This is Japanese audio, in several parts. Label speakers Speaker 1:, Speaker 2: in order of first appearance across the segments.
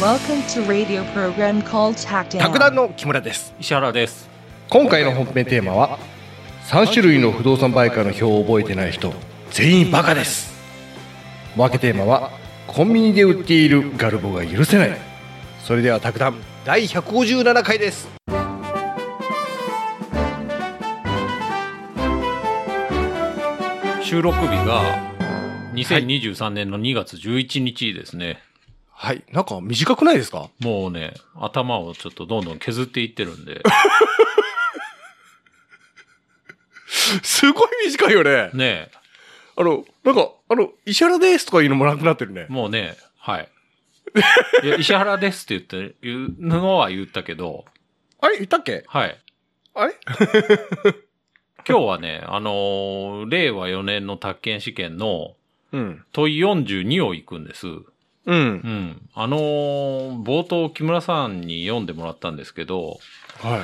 Speaker 1: Welcome to radio program called Hacked
Speaker 2: 卓
Speaker 1: In.
Speaker 2: 談の木村です
Speaker 3: 石原です。
Speaker 2: 今回の本編テーマは3種類の不動産売買の表を覚えてない人全員バカです分けテーマはコンビニで売っているガルボが許せないそれでは卓談第157回です
Speaker 3: 収録日が2023年の2月11日ですね。
Speaker 2: はいなんか短くないですか
Speaker 3: もうね、頭をちょっとどんどん削っていってるん で。
Speaker 2: すごい短いよね
Speaker 3: ね
Speaker 2: あのなんかあの石原ですとかいうのもなくなってるね
Speaker 3: えもうね、はい。いや、石原ですって言って、言うのは言ったけど、
Speaker 2: あれ言ったっけ
Speaker 3: はい。
Speaker 2: あれ
Speaker 3: 今日はね、あのー令和4年の宅建試験の
Speaker 2: うん
Speaker 3: 問い42を行くんです。
Speaker 2: うん
Speaker 3: うん。あのー冒頭木村さんに読んでもらったんですけど、
Speaker 2: はい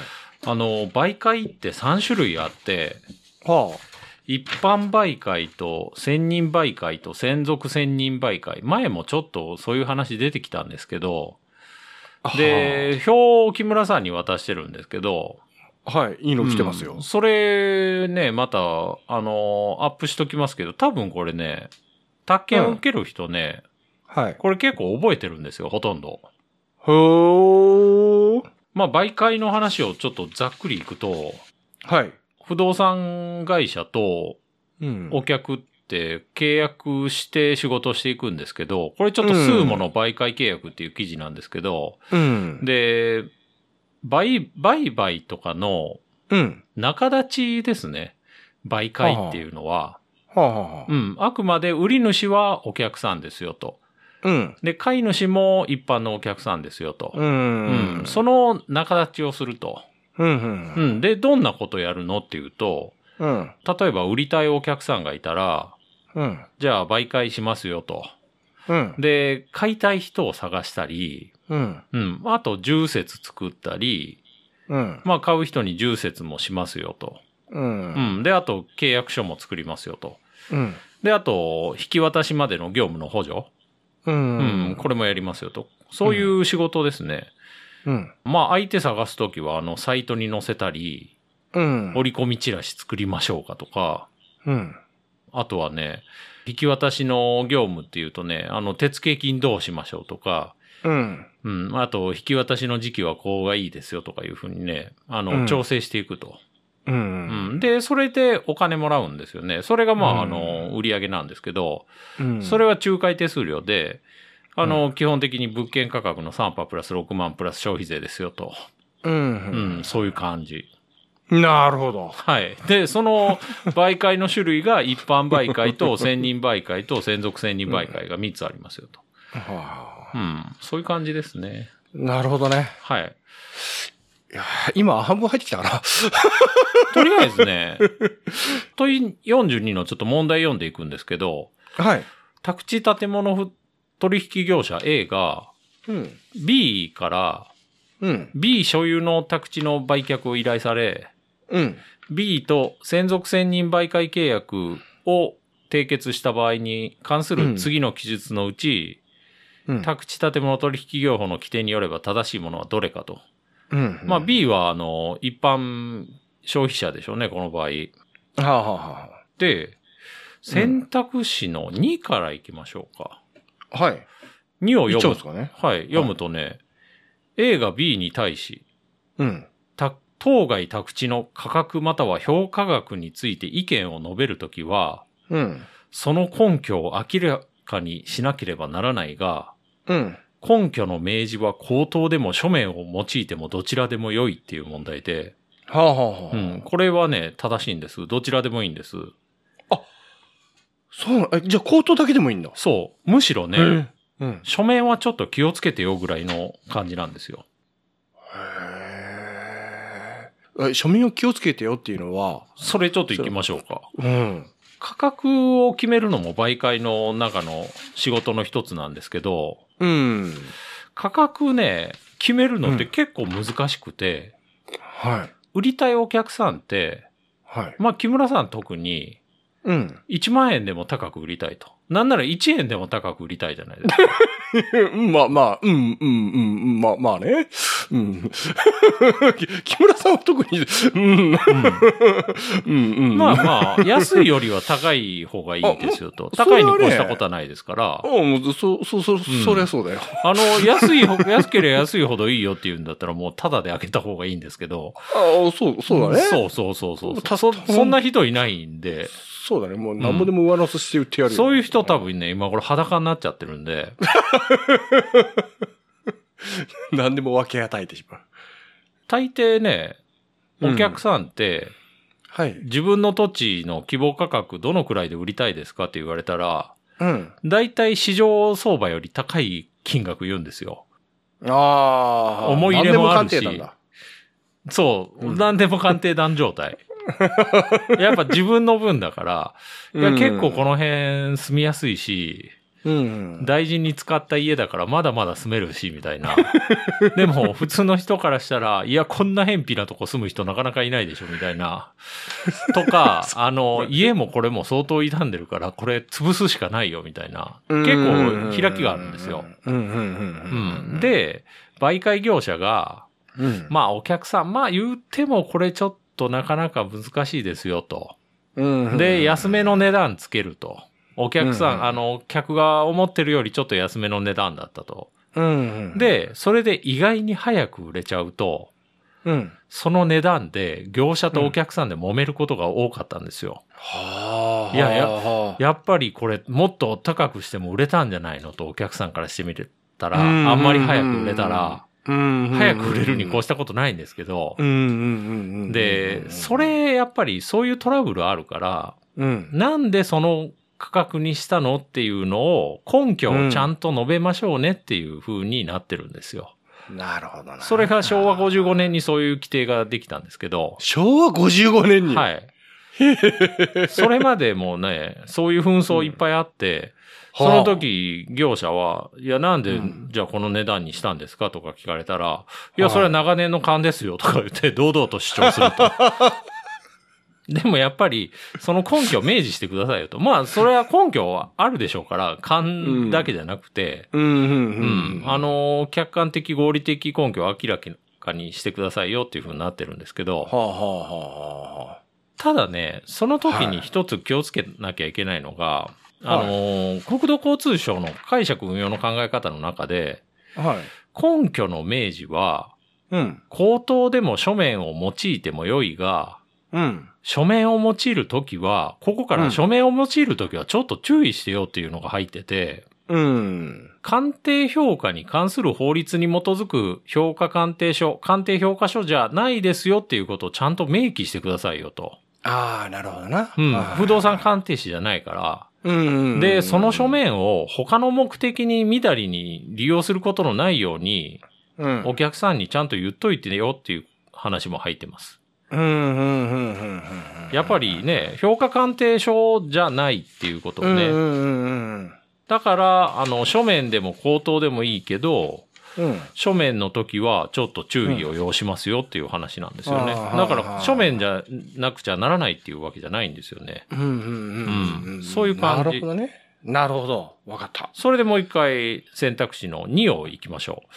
Speaker 3: あのー媒介って3種類あって、
Speaker 2: は
Speaker 3: 一般媒介と専任媒介と専属専任媒介。前もちょっとそういう話出てきたんですけど、
Speaker 2: あ
Speaker 3: で、表を木村さんに渡してるんですけど、
Speaker 2: はいいいの来てますよ、
Speaker 3: うんそれね、また、あの、アップしときますけど、多分これね、宅建を受ける人ね、
Speaker 2: はい
Speaker 3: これ結構覚えてるんですよ、ほとんど。
Speaker 2: ほー
Speaker 3: まあ、媒介の話をちょっとざっくりいくと、
Speaker 2: はい
Speaker 3: 不動産会社と
Speaker 2: うん
Speaker 3: お客って契約して仕事をしていくんですけど、これちょっとスーモの媒介契約っていう記事なんですけど、
Speaker 2: うん。
Speaker 3: で、売、売買とかの
Speaker 2: うん。
Speaker 3: 中立ちですね。媒介っていうのは、
Speaker 2: はあ、はあ
Speaker 3: う、ん、あくまで売り主はお客さんですよと。
Speaker 2: うん。
Speaker 3: で、買い主も一般のお客さんですよと。
Speaker 2: うん。
Speaker 3: うんその中立ちをすると。
Speaker 2: うん。
Speaker 3: う
Speaker 2: うん。
Speaker 3: ん、で、どんなことやるのっていうと、
Speaker 2: うん。
Speaker 3: 例えば売りたいお客さんがいたら、
Speaker 2: うん。
Speaker 3: じゃあ媒介しますよと。
Speaker 2: うん。
Speaker 3: で、買いたい人を探したり、
Speaker 2: うん。
Speaker 3: うん。あと、住説作ったり、
Speaker 2: うん。
Speaker 3: まあ、買う人に住説もしますよと。
Speaker 2: う。
Speaker 3: うんん。で、あと、契約書も作りますよと。
Speaker 2: うん。
Speaker 3: で、あと、引き渡しまでの業務の補助。
Speaker 2: う
Speaker 3: うんん。。これもやりますよと。そういう仕事ですね。
Speaker 2: うん。
Speaker 3: まあ、相手探すときは、あの、サイトに載せたり、
Speaker 2: うん。
Speaker 3: 折り込みチラシ作りましょうかとか、
Speaker 2: うん。
Speaker 3: あとはね、引き渡しの業務っていうとね、あの、手付金どうしましょうとか、
Speaker 2: うん。
Speaker 3: うん。あと、引き渡しの時期はこうがいいですよとかいうふうにね、あ
Speaker 2: うん
Speaker 3: の、調整していくと。
Speaker 2: う。
Speaker 3: うんん。で、それでお金もらうんですよね。それがまあ、あ
Speaker 2: うん
Speaker 3: の、売り上げなんですけど、
Speaker 2: うん。
Speaker 3: それ
Speaker 2: は、
Speaker 3: は仲介手数料で、あの、基本的に物件価格の3パープラス6万プラス消費税ですよと。
Speaker 2: う
Speaker 3: うん、
Speaker 2: ん。
Speaker 3: そういう感じ。
Speaker 2: なるほど。
Speaker 3: はい。で、その媒介の種類が一般媒介と専任媒介と専属専任媒介が3つあります よと。
Speaker 2: はあ
Speaker 3: うん、そういう感じですね。
Speaker 2: なるほどね。
Speaker 3: はい。
Speaker 2: 今、半分入ってきたかな。
Speaker 3: とりあえずね、問い42のちょっと問題読んでいくんですけど、
Speaker 2: はい。
Speaker 3: 宅地建物取引業者 A が
Speaker 2: うん。
Speaker 3: B から
Speaker 2: うん。
Speaker 3: B 所有の宅地の売却を依頼され、
Speaker 2: うん。
Speaker 3: B と専属専任媒介契約を締結した場合に関す
Speaker 2: うん
Speaker 3: る次の記述のうち、
Speaker 2: うん。
Speaker 3: 宅地建物取引業法の規定によれば正しいものはどれかと。
Speaker 2: うん。
Speaker 3: まあ、B は、あの、一般消費者でしょうね、この場合。
Speaker 2: はあ、はあは
Speaker 3: で、選択肢の2からいきましょうか。
Speaker 2: あ、はい。
Speaker 3: 2を
Speaker 2: 言っちゃ
Speaker 3: 読
Speaker 2: うん
Speaker 3: む
Speaker 2: です。かね。
Speaker 3: はい、読むとね、A が B に対し、
Speaker 2: うん。
Speaker 3: た当該宅地の価格または評価額について意見を述べるときは、
Speaker 2: うん。
Speaker 3: その根拠を明らかにしなければならないが、
Speaker 2: うん。
Speaker 3: 根拠の明示は口頭でも書面を用いてもどちらでも良いっていう問題で、
Speaker 2: はあ、はあ、はあ。
Speaker 3: うん、これはね、正しいんです。どちらでもいいんです。
Speaker 2: そうなのえじゃあ、口頭だけでもいいんだ。
Speaker 3: そう。むしろね、
Speaker 2: え。うん。
Speaker 3: 書面はちょっと気をつけてよぐらいの感じなんですよ。
Speaker 2: へーえ庶民を気をつけてよっていうのは、
Speaker 3: それちょっと行きましょうか。
Speaker 2: うん。
Speaker 3: 価格を決めるのも媒介の中の仕事の一つなんですけど、
Speaker 2: うん。
Speaker 3: 価格ね、決めるのって結構難しくて、
Speaker 2: はい。
Speaker 3: 売りたいお客さんって、
Speaker 2: はい。
Speaker 3: まあ木村さん特に
Speaker 2: うん。
Speaker 3: 1万円でも高く売りたいと。なんなら1円でも高く売りたいじゃないですか。
Speaker 2: うん まあまあ、うん、うん、うんうん、まあまあね。うん。 木村さんは特に、うん、うん、うん。
Speaker 3: まあまあ、安いよりは高い方がいいですよと。高いに越したことはないですから。
Speaker 2: うん、もうそ、そ、そ、
Speaker 3: ん
Speaker 2: そりゃそうだよ。
Speaker 3: あの、安いほ、 安ければ安いほどいいよって言うんだったらもうタダで開けた方がいいんですけど。
Speaker 2: ああ、そう、そうだね。
Speaker 3: そうそうそうそう
Speaker 2: た
Speaker 3: そ。そんな人いないんで、
Speaker 2: そうだね。もう何ぼでも上乗せして売ってやるよ。
Speaker 3: そういう人多分ね、今これ裸になっちゃってるんで、
Speaker 2: 何でも分け与えてしまう。
Speaker 3: 大抵ね、お客さんって、
Speaker 2: はい。
Speaker 3: 自分の土地の希望価格どのくらいで売りたいですかって言われたら、
Speaker 2: うん。
Speaker 3: 大体市場相場より高い金額言うんですよ。
Speaker 2: ああ。
Speaker 3: 思い入れもあるし
Speaker 2: 何でも鑑定なんだ
Speaker 3: そう、
Speaker 2: うん
Speaker 3: 何でも鑑定団 状態。やっぱ自分の分だから、いや
Speaker 2: うん
Speaker 3: 結構この辺住みやすいし、
Speaker 2: うん。
Speaker 3: 大事に使った家だからまだまだ住めるし、みた いな。でも、普通の人からしたら、いや、こんな偏僻なとこ住む人なかなかいないでしょ、みたいな。と か、あの、家もこれも相当傷んでるから、これ潰すしかないよ、みたいな。
Speaker 2: うん
Speaker 3: 結構開きがあるんですよ。。
Speaker 2: うん、うん、うん
Speaker 3: う
Speaker 2: うん。
Speaker 3: ん。、で、媒介業者が、
Speaker 2: うん。
Speaker 3: まあお客さん、まあ言ってもこれちょっとなかなか難しいですよと。
Speaker 2: うん
Speaker 3: で、安めの値段つけると。お客さん、
Speaker 2: うん
Speaker 3: あの、客が思ってるよりちょっと安めの値段だったと。
Speaker 2: うん。、
Speaker 3: で、それで意外に早く売れちゃうと、
Speaker 2: うん。
Speaker 3: その値段で業者とお客さんで揉めることが多かったんですよ。
Speaker 2: はあ。
Speaker 3: いやいや
Speaker 2: はあ
Speaker 3: やっぱりこれもっと高くしても売れたんじゃないのとお客さんからしてみたら、
Speaker 2: うん
Speaker 3: あんまり早く売れたら、
Speaker 2: うん。
Speaker 3: 早く売れるに越したことないんですけど、
Speaker 2: うん、うん、うんうん。
Speaker 3: で、そ、れやっぱりそういうトラブルあるから、
Speaker 2: うん。
Speaker 3: なんでその価格にしたのっていうのを根拠をちゃんと述べましょうねっていう風になってるんですよ。
Speaker 2: なるほどな。
Speaker 3: それが昭和55年にそういう規定ができたんですけど、
Speaker 2: 昭和55年に。い。
Speaker 3: はい。それまでもね、そういう紛争いっぱいあって、その時、業者は、いや、なんで
Speaker 2: うん、
Speaker 3: じゃあこの値段にしたんですかとか聞かれたら、いや、それは長年の勘ですよとか言って、堂々と主張すると。でもやっぱり、その根拠を明示してくださいよと。まあ、それは根拠はあるでしょうから、勘だけじゃなくて、
Speaker 2: うん、うん、
Speaker 3: う
Speaker 2: うんん。、
Speaker 3: あ、のー、客観的合理的根拠を明らかにしてくださいよっていうふうになってるんですけど
Speaker 2: は、あ、はあ、はあ、はあ。
Speaker 3: ただね、その時
Speaker 2: は
Speaker 3: に
Speaker 2: い
Speaker 3: 一つ気をつけなきゃいけないのが、
Speaker 2: はい
Speaker 3: あのー国土交通省の解釈運用の考え方の中で、
Speaker 2: はい。
Speaker 3: 根拠の明示は、
Speaker 2: うん。
Speaker 3: 口頭でも書面を用いても良いが、
Speaker 2: うん。
Speaker 3: 書面を用いるときは、ここか
Speaker 2: う
Speaker 3: ら
Speaker 2: ん
Speaker 3: 書面を用いるときはちょっと注意してよっていうのが入ってて、
Speaker 2: うん。
Speaker 3: 鑑定評価に関する法律に基づく評価鑑定書、鑑定評価書じゃないですよっていうことをちゃんと明記してくださいよと。
Speaker 2: ああ、なるほどな。
Speaker 3: うん
Speaker 2: はい
Speaker 3: 不動産鑑定士じゃないから、
Speaker 2: うんうんうん。
Speaker 3: で、その書面を他の目的にみだりに利用することのないように、
Speaker 2: うん、
Speaker 3: お客さんにちゃんと言っといてよっていう話も入ってます。
Speaker 2: うん、うん、うん、うんうん。
Speaker 3: やっぱりね、評価鑑定書じゃないっていうこと
Speaker 2: うん、うん、
Speaker 3: ね。
Speaker 2: うん
Speaker 3: だから、あの、書面でも口頭でもいいけど、
Speaker 2: うん。うん。
Speaker 3: 書面の時はちょっと注意を要しますよっていう話なんですよね。
Speaker 2: うんあー
Speaker 3: だか
Speaker 2: はいは
Speaker 3: ら、
Speaker 2: い
Speaker 3: 書面じゃなくちゃならないっていうわけじゃないんですよね。
Speaker 2: うん、うん、うん
Speaker 3: うん
Speaker 2: ん。
Speaker 3: そういう感じ
Speaker 2: なるほどね。なるほど。わかった。
Speaker 3: それでもう一回選択肢の2を行きましょう。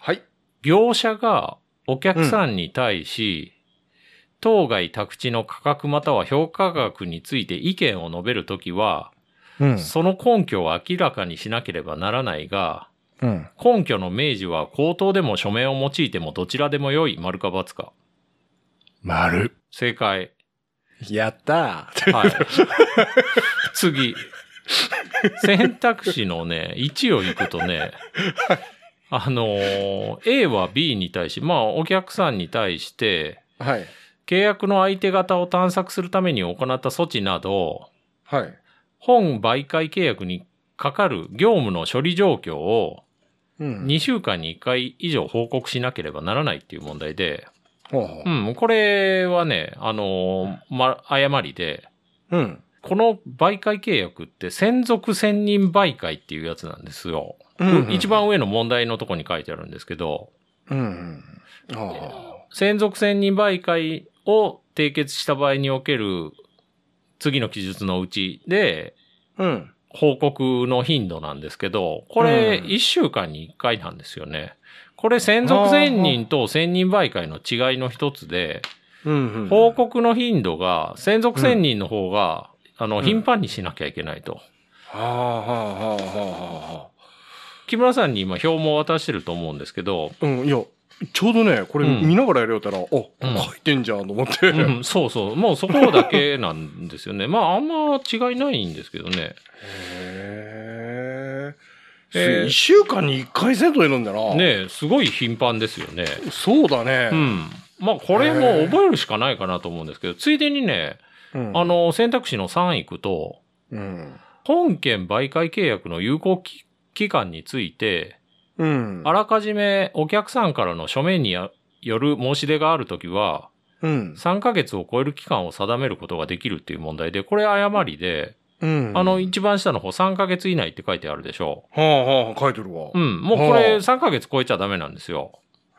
Speaker 2: はい。
Speaker 3: 業者がお客さんに対し、当該宅地の価格または評価額について意見を述べるときは、
Speaker 2: うん
Speaker 3: その根拠を明らかにしなければならないが、
Speaker 2: うん。
Speaker 3: 根拠の明示は口頭でも書面を用いてもどちらでも良い、丸か×か。
Speaker 2: 丸。
Speaker 3: 正解。
Speaker 2: やったー。
Speaker 3: はい。次。選択肢のね、1を行くとね、あのー A は B に対し、まあお客さんに対して、
Speaker 2: はい。
Speaker 3: 契約の相手方を探索するために行った措置など、
Speaker 2: はい。
Speaker 3: 本媒介契約にかかる業務の処理状況を
Speaker 2: うん。
Speaker 3: 2週間に1回以上報告しなければならないっていう問題で、
Speaker 2: ほうほ
Speaker 3: う
Speaker 2: う。
Speaker 3: ん、これはね、あのーま、誤りで、
Speaker 2: うん。
Speaker 3: この媒介契約って専属専任媒介っていうやつなんですよ。
Speaker 2: うん
Speaker 3: 一。番上の問題のとこに書いてあるんですけど、
Speaker 2: うん。うんあ
Speaker 3: 専属専任媒介を締結した場合における次の記述のうちで、
Speaker 2: あ。うん。
Speaker 3: 報告の頻度なんですけど、これ
Speaker 2: うん
Speaker 3: 1週間に1回なんですよね。これ専属専任と専任媒介の違いの一つで、
Speaker 2: うんうん
Speaker 3: 報告の頻度が、専属専任の方が、あ
Speaker 2: う
Speaker 3: の、
Speaker 2: ん
Speaker 3: 頻繁にしなきゃいけないと。
Speaker 2: はあはあはあはあは
Speaker 3: 木村さんに今表も渡してると思うんですけど、
Speaker 2: あ。うん、いや、ちょうどね、これ
Speaker 3: うん
Speaker 2: 見ながらやりよったら、あ、書
Speaker 3: ん
Speaker 2: いてんじゃんと思って。
Speaker 3: うん、そうそう。もうそこだけなんですよね。 まあ、あんま違いないんですけどね。
Speaker 2: へ
Speaker 3: え
Speaker 2: え。
Speaker 3: ー
Speaker 2: 一週間に一回せんといるんだな。。
Speaker 3: ねえすごい頻繁ですよね。
Speaker 2: そうだね。
Speaker 3: うん。まあ、これも覚えるしかないかなと思うんですけど、ついでにね、
Speaker 2: うん
Speaker 3: あ、の、選択肢の3行くと、
Speaker 2: うん。
Speaker 3: 本件媒介契約の有効期期間について、
Speaker 2: うん。
Speaker 3: あらかじめお客さんからの書面による申し出があるときは、
Speaker 2: うん。
Speaker 3: 3ヶ月を超える期間を定めることができるっていう問題で、これ誤りで、
Speaker 2: うん。
Speaker 3: あの、一番下の方3ヶ月以内って書いてあるでしょ
Speaker 2: はあはあ、書いてるわ。
Speaker 3: う。うん。もうこれ3ヶ月超えちゃダメなんですよ。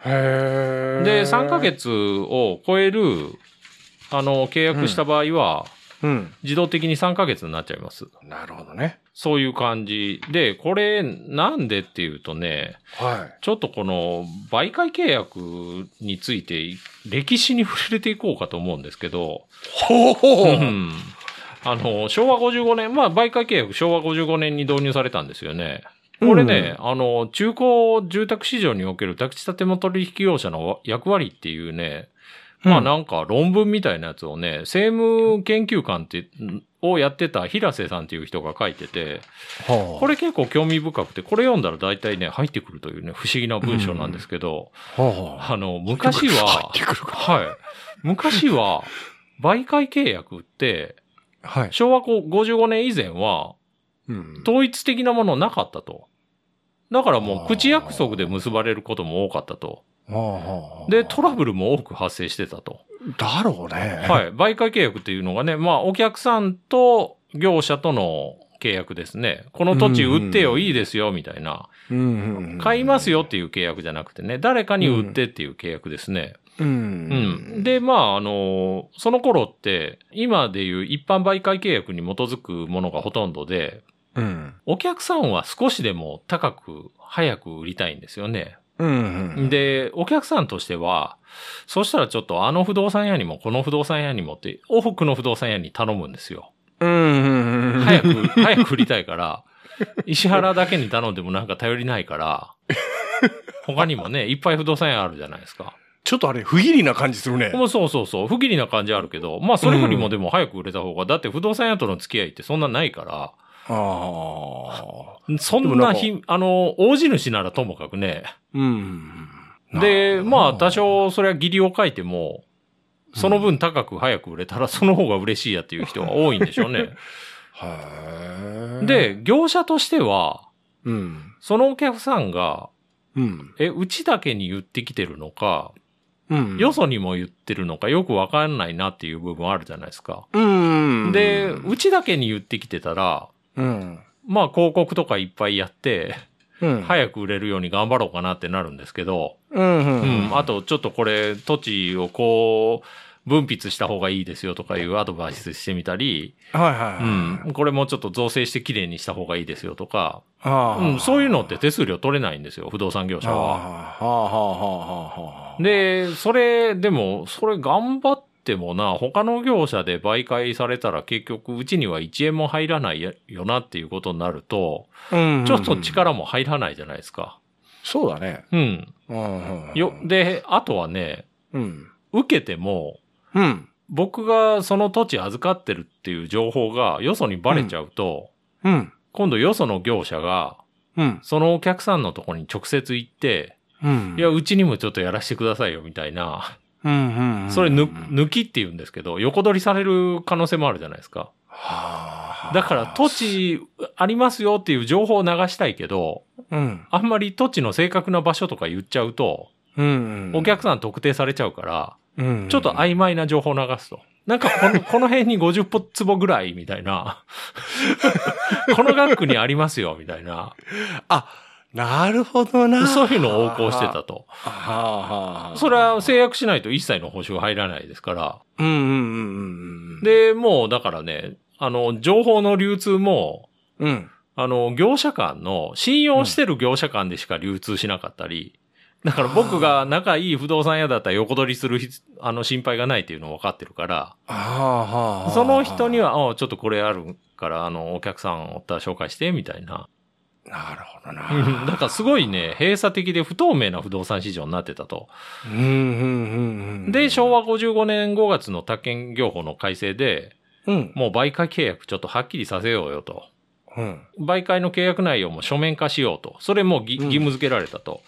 Speaker 2: へえ。
Speaker 3: で、3ヶ。月を超える、あの、契約した場合は、
Speaker 2: うん。
Speaker 3: 自動的に3ヶ月になっちゃいます。
Speaker 2: なるほどね。
Speaker 3: そういう感じ。で、これ、なんでっていうとね、
Speaker 2: は
Speaker 3: ちょっとこの、媒介契約について、歴史に触れていこうかと思うんですけど、
Speaker 2: い。ほうほう。
Speaker 3: うん。あの、昭和55年、まあ、媒介契約昭和55年に導入されたんですよね。これね、あの、中古住宅市場における宅地建物取引業者の役割っていうね、まあなんか論文みたいなやつをね、政務研究官って、をやってた平瀬さんっていう人が書いてて、
Speaker 2: こ
Speaker 3: これ結構興味深くて、これ読んだら大体ね、入ってくるというね、不思議な文章なんですけど、
Speaker 2: はあ、
Speaker 3: あの、昔 は、はい。昔は、媒介契約って、
Speaker 2: はい。
Speaker 3: 昭和55年以前は、
Speaker 2: うん
Speaker 3: 統一的なものなかったと。だからもう口約束で結ばれることも多かったと。
Speaker 2: はあはあ
Speaker 3: で、トラブルも多く発生してたと。
Speaker 2: だろうね。い。
Speaker 3: はい。媒介契約っていうのがね、まあ、お客さんと業者との契約ですね。この土地売ってよ、いいですよ、みたいな。
Speaker 2: うんうん、
Speaker 3: 買いますよっていう契約じゃなくてね、誰かに売ってっていう契約ですね。
Speaker 2: うん。
Speaker 3: うん。で、まあ、あの、その頃って、今でいう一般媒介契約に基づくものがほとんどで、
Speaker 2: うん。
Speaker 3: お客さんは少しでも高く、早く売りたいんですよね。
Speaker 2: うんうん。、
Speaker 3: で、お客さんとしては、そしたらちょっとあの不動産屋にもこの不動産屋にもって、多くの不動産屋に頼むんですよ。
Speaker 2: うんうんうん。
Speaker 3: 早く、早く売りたいから、石原だけに頼んでもなんか頼りないから、他にもね、いっぱい不動産屋あるじゃないですか。
Speaker 2: ちょっとあれ、不義理な感じするね。
Speaker 3: もうそうそうそう、不義理な感じあるけど、まあそれよりもでも早く売れた方が、だって不動産屋との付き合いってそんなないから、
Speaker 2: ああ。
Speaker 3: そ
Speaker 2: で
Speaker 3: ん
Speaker 2: もな
Speaker 3: なん
Speaker 2: か
Speaker 3: ひ、あの、大地主ならともかくね。
Speaker 2: うん。
Speaker 3: で、まあ多。少それは義理を書いても、その分高く早く売れたらその方が嬉しいやっていう人は多いんでしょ うね。
Speaker 2: は
Speaker 3: で、、業者としては、
Speaker 2: うん。
Speaker 3: そのお客さんが、
Speaker 2: うん。
Speaker 3: え、うちだけに言ってきてるのか、
Speaker 2: うん。
Speaker 3: よそにも言ってるのかよくわかんないなっていう部分あるじゃないですか。
Speaker 2: うん。
Speaker 3: で、うちだけに言ってきてたら、
Speaker 2: うん。
Speaker 3: まあ広告とかいっぱいやって、
Speaker 2: うん。い。
Speaker 3: 早く売れるように頑張ろうかなってなるんですけど、
Speaker 2: うん。
Speaker 3: うん、あとちょっとこれ土地をこう、分泌した方がいいですよとかいうアドバイスしてみたり、
Speaker 2: はいは
Speaker 3: う
Speaker 2: い。
Speaker 3: ん、これもうちょっと造成して綺麗にした方がいいですよとか、
Speaker 2: あ
Speaker 3: うん、そういうのって
Speaker 2: は
Speaker 3: 手数料取れないんですよ、不動産業
Speaker 2: あ
Speaker 3: 者は。
Speaker 2: はあはあはあ。、
Speaker 3: で、それ、でも、それ頑張ってもな、他の業者で媒介されたら結局うちには1円も入らないよなっていうことになると、ちょっと。力も入らないじゃないですか。
Speaker 2: そうだね。
Speaker 3: うん。
Speaker 2: うん。
Speaker 3: よ、で、あとはね、
Speaker 2: うん。
Speaker 3: 受けても、
Speaker 2: うん。
Speaker 3: 僕がその土地預かってるっていう情報がよそにバレちゃうと、
Speaker 2: うん。
Speaker 3: 今度よその業者が、
Speaker 2: うん。
Speaker 3: そのお客さんのとこに直接行って、
Speaker 2: うん。
Speaker 3: いや、、うちにもちょっとやらせてくださいよ、みたいな。
Speaker 2: うん。うん。
Speaker 3: それ、ぬ、
Speaker 2: は
Speaker 3: 抜きって言うんですけど、横取りされる可能性もあるじゃないですか。
Speaker 2: あ。
Speaker 3: だから、土地ありますよっていう情報を流したいけど、
Speaker 2: うん。
Speaker 3: あんまり土地の正確な場所とか言っちゃうと、
Speaker 2: うん。
Speaker 3: お客さん特定されちゃうから、
Speaker 2: うん。
Speaker 3: ちょっと曖昧な情報を流すと。なんか この、この辺に50坪ぐらいみたいな。 この学区にありますよみたいな。
Speaker 2: あ、なるほどな。
Speaker 3: そういうのを横行してたと。
Speaker 2: はあはあ。
Speaker 3: それは制約しないと一切の報酬が入らないですから。
Speaker 2: うんうんうんうんうん。、
Speaker 3: で、もうだからね、あの、情報の流通も、
Speaker 2: うん。
Speaker 3: あの、業者間の、信用してる業者間でしか流通しなかったり、だから僕が仲いい不動産屋だったら横取りするひあの心配がないっていうの分かってるから、
Speaker 2: ああ、はあ。
Speaker 3: その人に
Speaker 2: は。
Speaker 3: は、あちょっとこれあるから、あの、お客さんおったら紹介して、みたいな。
Speaker 2: なるほどな。
Speaker 3: うんだからすごいね、閉鎖的で不透明な不動産市場になってたと。
Speaker 2: うん、うん、うん。うん
Speaker 3: で、昭。和55年5月の宅建業法の改正で、
Speaker 2: うん。
Speaker 3: もう媒介契約ちょっとはっきりさせようよと。
Speaker 2: うん。
Speaker 3: 媒介の契約内容も書面化しようと。それもぎ
Speaker 2: うん
Speaker 3: 義務付けられたと。
Speaker 2: なる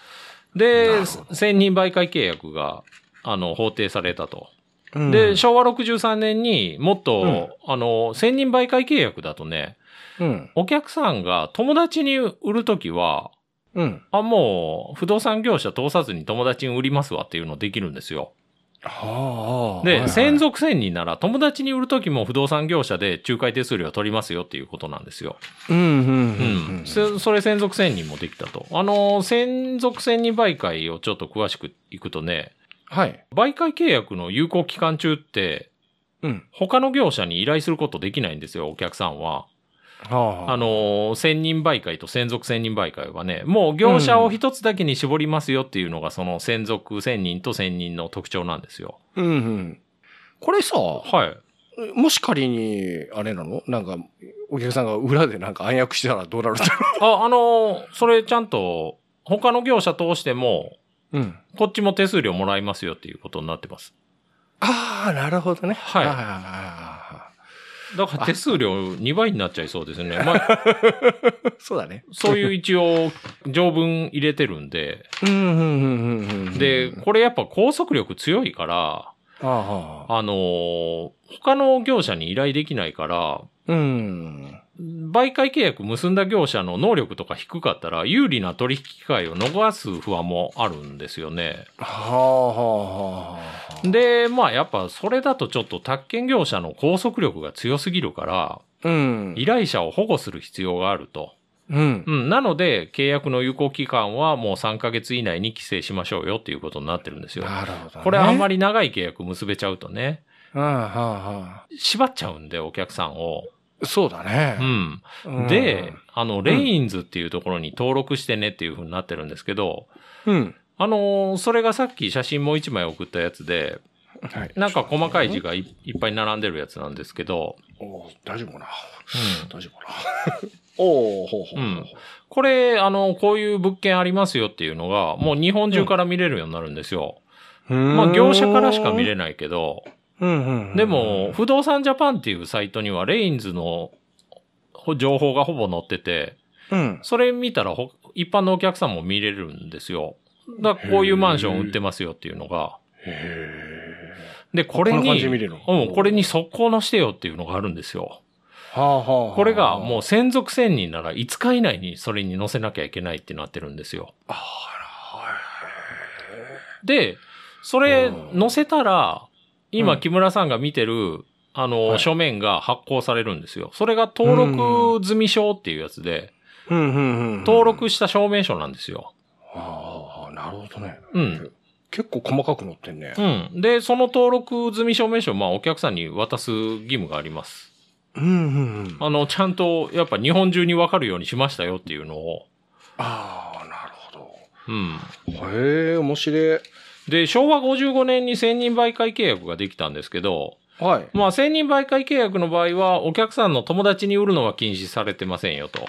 Speaker 3: で、
Speaker 2: ほど
Speaker 3: 専任媒介契約が、あの、法定されたと。
Speaker 2: うん
Speaker 3: で、、昭和63年にもっと、
Speaker 2: うん
Speaker 3: あの、専任媒介契約だとね、
Speaker 2: うん。
Speaker 3: お客さんが友達に売るときは、
Speaker 2: うん。
Speaker 3: あ、もう、不動産業者通さずに友達に売りますわっていうのできるんですよ。
Speaker 2: はあはあ。
Speaker 3: で、専
Speaker 2: 像。
Speaker 3: 属専任なら友達に売るときも不動産業者で仲介手数料は取りますよっていうことなんですよ。
Speaker 2: うん、うん、う
Speaker 3: うん
Speaker 2: ん。。
Speaker 3: そそれ専属専任もできたと。あのー、専属専任媒介をちょっと詳しくいくとね、
Speaker 2: はい。
Speaker 3: 媒介契約の有効期間中って、
Speaker 2: うん。
Speaker 3: 他の業者に依頼することできないんですよ、お客さんは。
Speaker 2: はあはあ。
Speaker 3: あのー、専任媒介と専属専任媒介はね、もう業者を一つだけに絞りますよっていうのが、その専属専任と専任の特徴なんですよ。
Speaker 2: うん、うん。これさ、
Speaker 3: はい。
Speaker 2: もし仮に、あれなのなんか、お客さんが裏でなんか暗躍したらどうなるんだろ
Speaker 3: あ、あのー、それちゃんと、他の業者通しても、
Speaker 2: う。うん。
Speaker 3: こっちも手数料もらいますよっていうことになってます。
Speaker 2: ああ、なるほどね。
Speaker 3: はい
Speaker 2: あ
Speaker 3: だから手数料2倍になっちゃいそうですね。まあ、
Speaker 2: ー そうだね。
Speaker 3: そういう一応、条文入れてるんで。
Speaker 2: うん、うん、うん、うんうん。
Speaker 3: で、これやっぱ拘束力強いから、
Speaker 2: ああはあ、
Speaker 3: あのー他の業者に依頼できないから、
Speaker 2: うん。
Speaker 3: 媒介契約結んだ業者の能力とか低かったら、有利な取引機会を逃す不安もあるんですよね。
Speaker 2: はあ、はあ、はあ。
Speaker 3: で、まあやっぱそれだとちょっと宅建業者の拘束力が強すぎるから、
Speaker 2: うん。
Speaker 3: 依頼者を保護する必要があると。
Speaker 2: うん。
Speaker 3: うん、なので、契約の有効期間はもう3ヶ月以内に規制しましょうよっていうことになってるんですよ。
Speaker 2: なるほど、ね。
Speaker 3: これあんま
Speaker 2: り。
Speaker 3: り長い契約結べちゃうとね、
Speaker 2: うん、はあ、は
Speaker 3: 縛っちゃうんで、お客さんを。
Speaker 2: あ。そうだね
Speaker 3: う。ん。
Speaker 2: うん
Speaker 3: で、、あの、レインズっていうところに登録してねっていう風になってるんですけど、
Speaker 2: うん。
Speaker 3: あのーそれがさっき写真もう1枚送ったやつで、
Speaker 2: はい。
Speaker 3: なんか細かい字がいいっぱい並んでるやつなんですけど、
Speaker 2: おー大丈夫かな。
Speaker 3: うん
Speaker 2: 大丈夫かな。 おおほうほうほう。
Speaker 3: うんこれ、あの、こういう物件ありますよっていうのが、もう日本中から見れるようになるんですよ。まあ、業者からしか見れないけど、
Speaker 2: うんうんうん
Speaker 3: でも、、不動産ジャパンっていうサイトには、レインズのほ情報がほぼ載ってて、
Speaker 2: うん。
Speaker 3: それ見たらほ、一般のお客さんも見れるんですよ。だからこういうマンション売ってますよっていうのが。
Speaker 2: へ
Speaker 3: で、これ
Speaker 2: こんな感
Speaker 3: に、
Speaker 2: じで見れるの
Speaker 3: うん、これに速攻のしてよっていうのがあるんですよ。
Speaker 2: ーはあはあはあ。
Speaker 3: これがもう専属専任なら5日以内にそれに載せなきゃいけないってなってるんですよ。
Speaker 2: あら、
Speaker 3: で、それ
Speaker 2: うん
Speaker 3: 載せたら、今
Speaker 2: うん
Speaker 3: 木村さんが見てる、あの、
Speaker 2: はい
Speaker 3: 書面が発行されるんですよ。それが登録済証っていうやつで、
Speaker 2: うんうんうんうん。
Speaker 3: 登録した証明書なんですよ。
Speaker 2: ああ、なるほどね。
Speaker 3: うん。
Speaker 2: 結構細かく載ってんね。
Speaker 3: うん。で、その登録済証明書、まあお客さんに渡す義務があります。
Speaker 2: うんうんうん。
Speaker 3: あの、ちゃんと、やっぱ日本中にわかるようにしましたよっていうのを。
Speaker 2: ああ、なるほ
Speaker 3: うん。
Speaker 2: ど。へえ、面白い。
Speaker 3: で、昭和55年に専任媒介契約ができたんですけど、
Speaker 2: はい。
Speaker 3: まあ、専任媒介契約の場合は、お客さんの友達に売るのは禁止されてませんよと。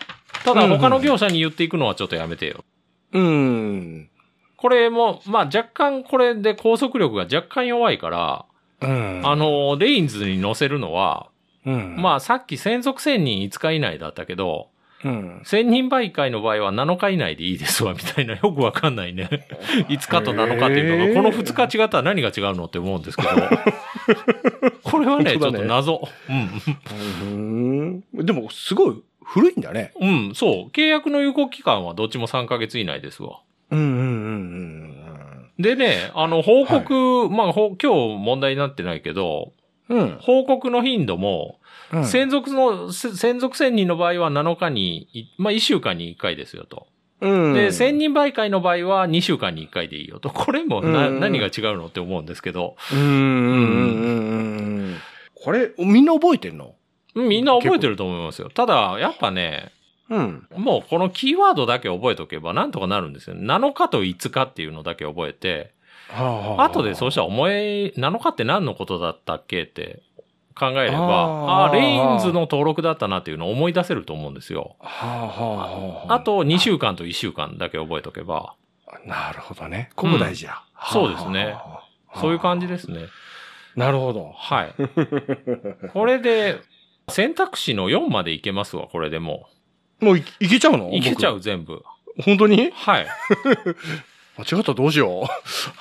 Speaker 3: ただ、
Speaker 2: うんうん
Speaker 3: 他の業者に言っていくのはちょっとやめてよ。
Speaker 2: うん。
Speaker 3: これも、まあ、若干、これで拘束力が若干弱いから、
Speaker 2: うん。
Speaker 3: あ、の、レインズに載せるのは、
Speaker 2: うん。
Speaker 3: まあ、さっき専属専任5日以内だったけど、
Speaker 2: あ、うん。
Speaker 3: 専任媒介の場合は7日以内でいいですわ、みたいな、よくわかんないね。5日 と7日っていうのが、
Speaker 2: へ
Speaker 3: こ
Speaker 2: ー
Speaker 3: の2日違ったら何が違うのって思うんで すけど。これは
Speaker 2: 本
Speaker 3: ね、ちょ
Speaker 2: 当だね
Speaker 3: っと謎。
Speaker 2: うん。でも、すごい古いんだね。
Speaker 3: うん。うん、そう。契約の有効期間はどっちも3ヶ月以内ですわ。
Speaker 2: うんうんうん
Speaker 3: でね、あの、報告、まあ、ほ今日問題になってないけど、
Speaker 2: うん。うん。
Speaker 3: 報告の頻度も、
Speaker 2: うん。
Speaker 3: 専属の、せ専属専任の場合は7日にい、まあ、1週間に1回ですよと。
Speaker 2: うん。
Speaker 3: で、専任媒介の場合は2週間に1回でいいよと。これもな、
Speaker 2: うん
Speaker 3: 何が違うのって思うんですけど。
Speaker 2: うんうんうんうんうん。これ、みんな覚えてんの
Speaker 3: みんな覚えてると思いますよ。ただ、やっぱね、
Speaker 2: うん。
Speaker 3: もうこのキーワードだけ覚えておけばなんとかなるんですよ。7日と5日っていうのだけ覚えて、
Speaker 2: はあ、は
Speaker 3: 後でそうしたら思い、7日って何のことだったっけって考えれば、あ
Speaker 2: あー
Speaker 3: あー、レインズの登録だったなっていうのを思い出せると思うんですよ。
Speaker 2: はあ、はあ、はあ。
Speaker 3: あ、と2週間と1週間だけ覚えておけば、
Speaker 2: なるほどね。ここ大事や。
Speaker 3: そうですね
Speaker 2: はあ
Speaker 3: そういう感じですね。
Speaker 2: なるほど。
Speaker 3: はい。これで、選択肢の4までいけますわ、これでも
Speaker 2: もういいけちゃうの
Speaker 3: う。いけちゃう、全部。
Speaker 2: 僕本当に
Speaker 3: はい。
Speaker 2: 間違ったらどうし よ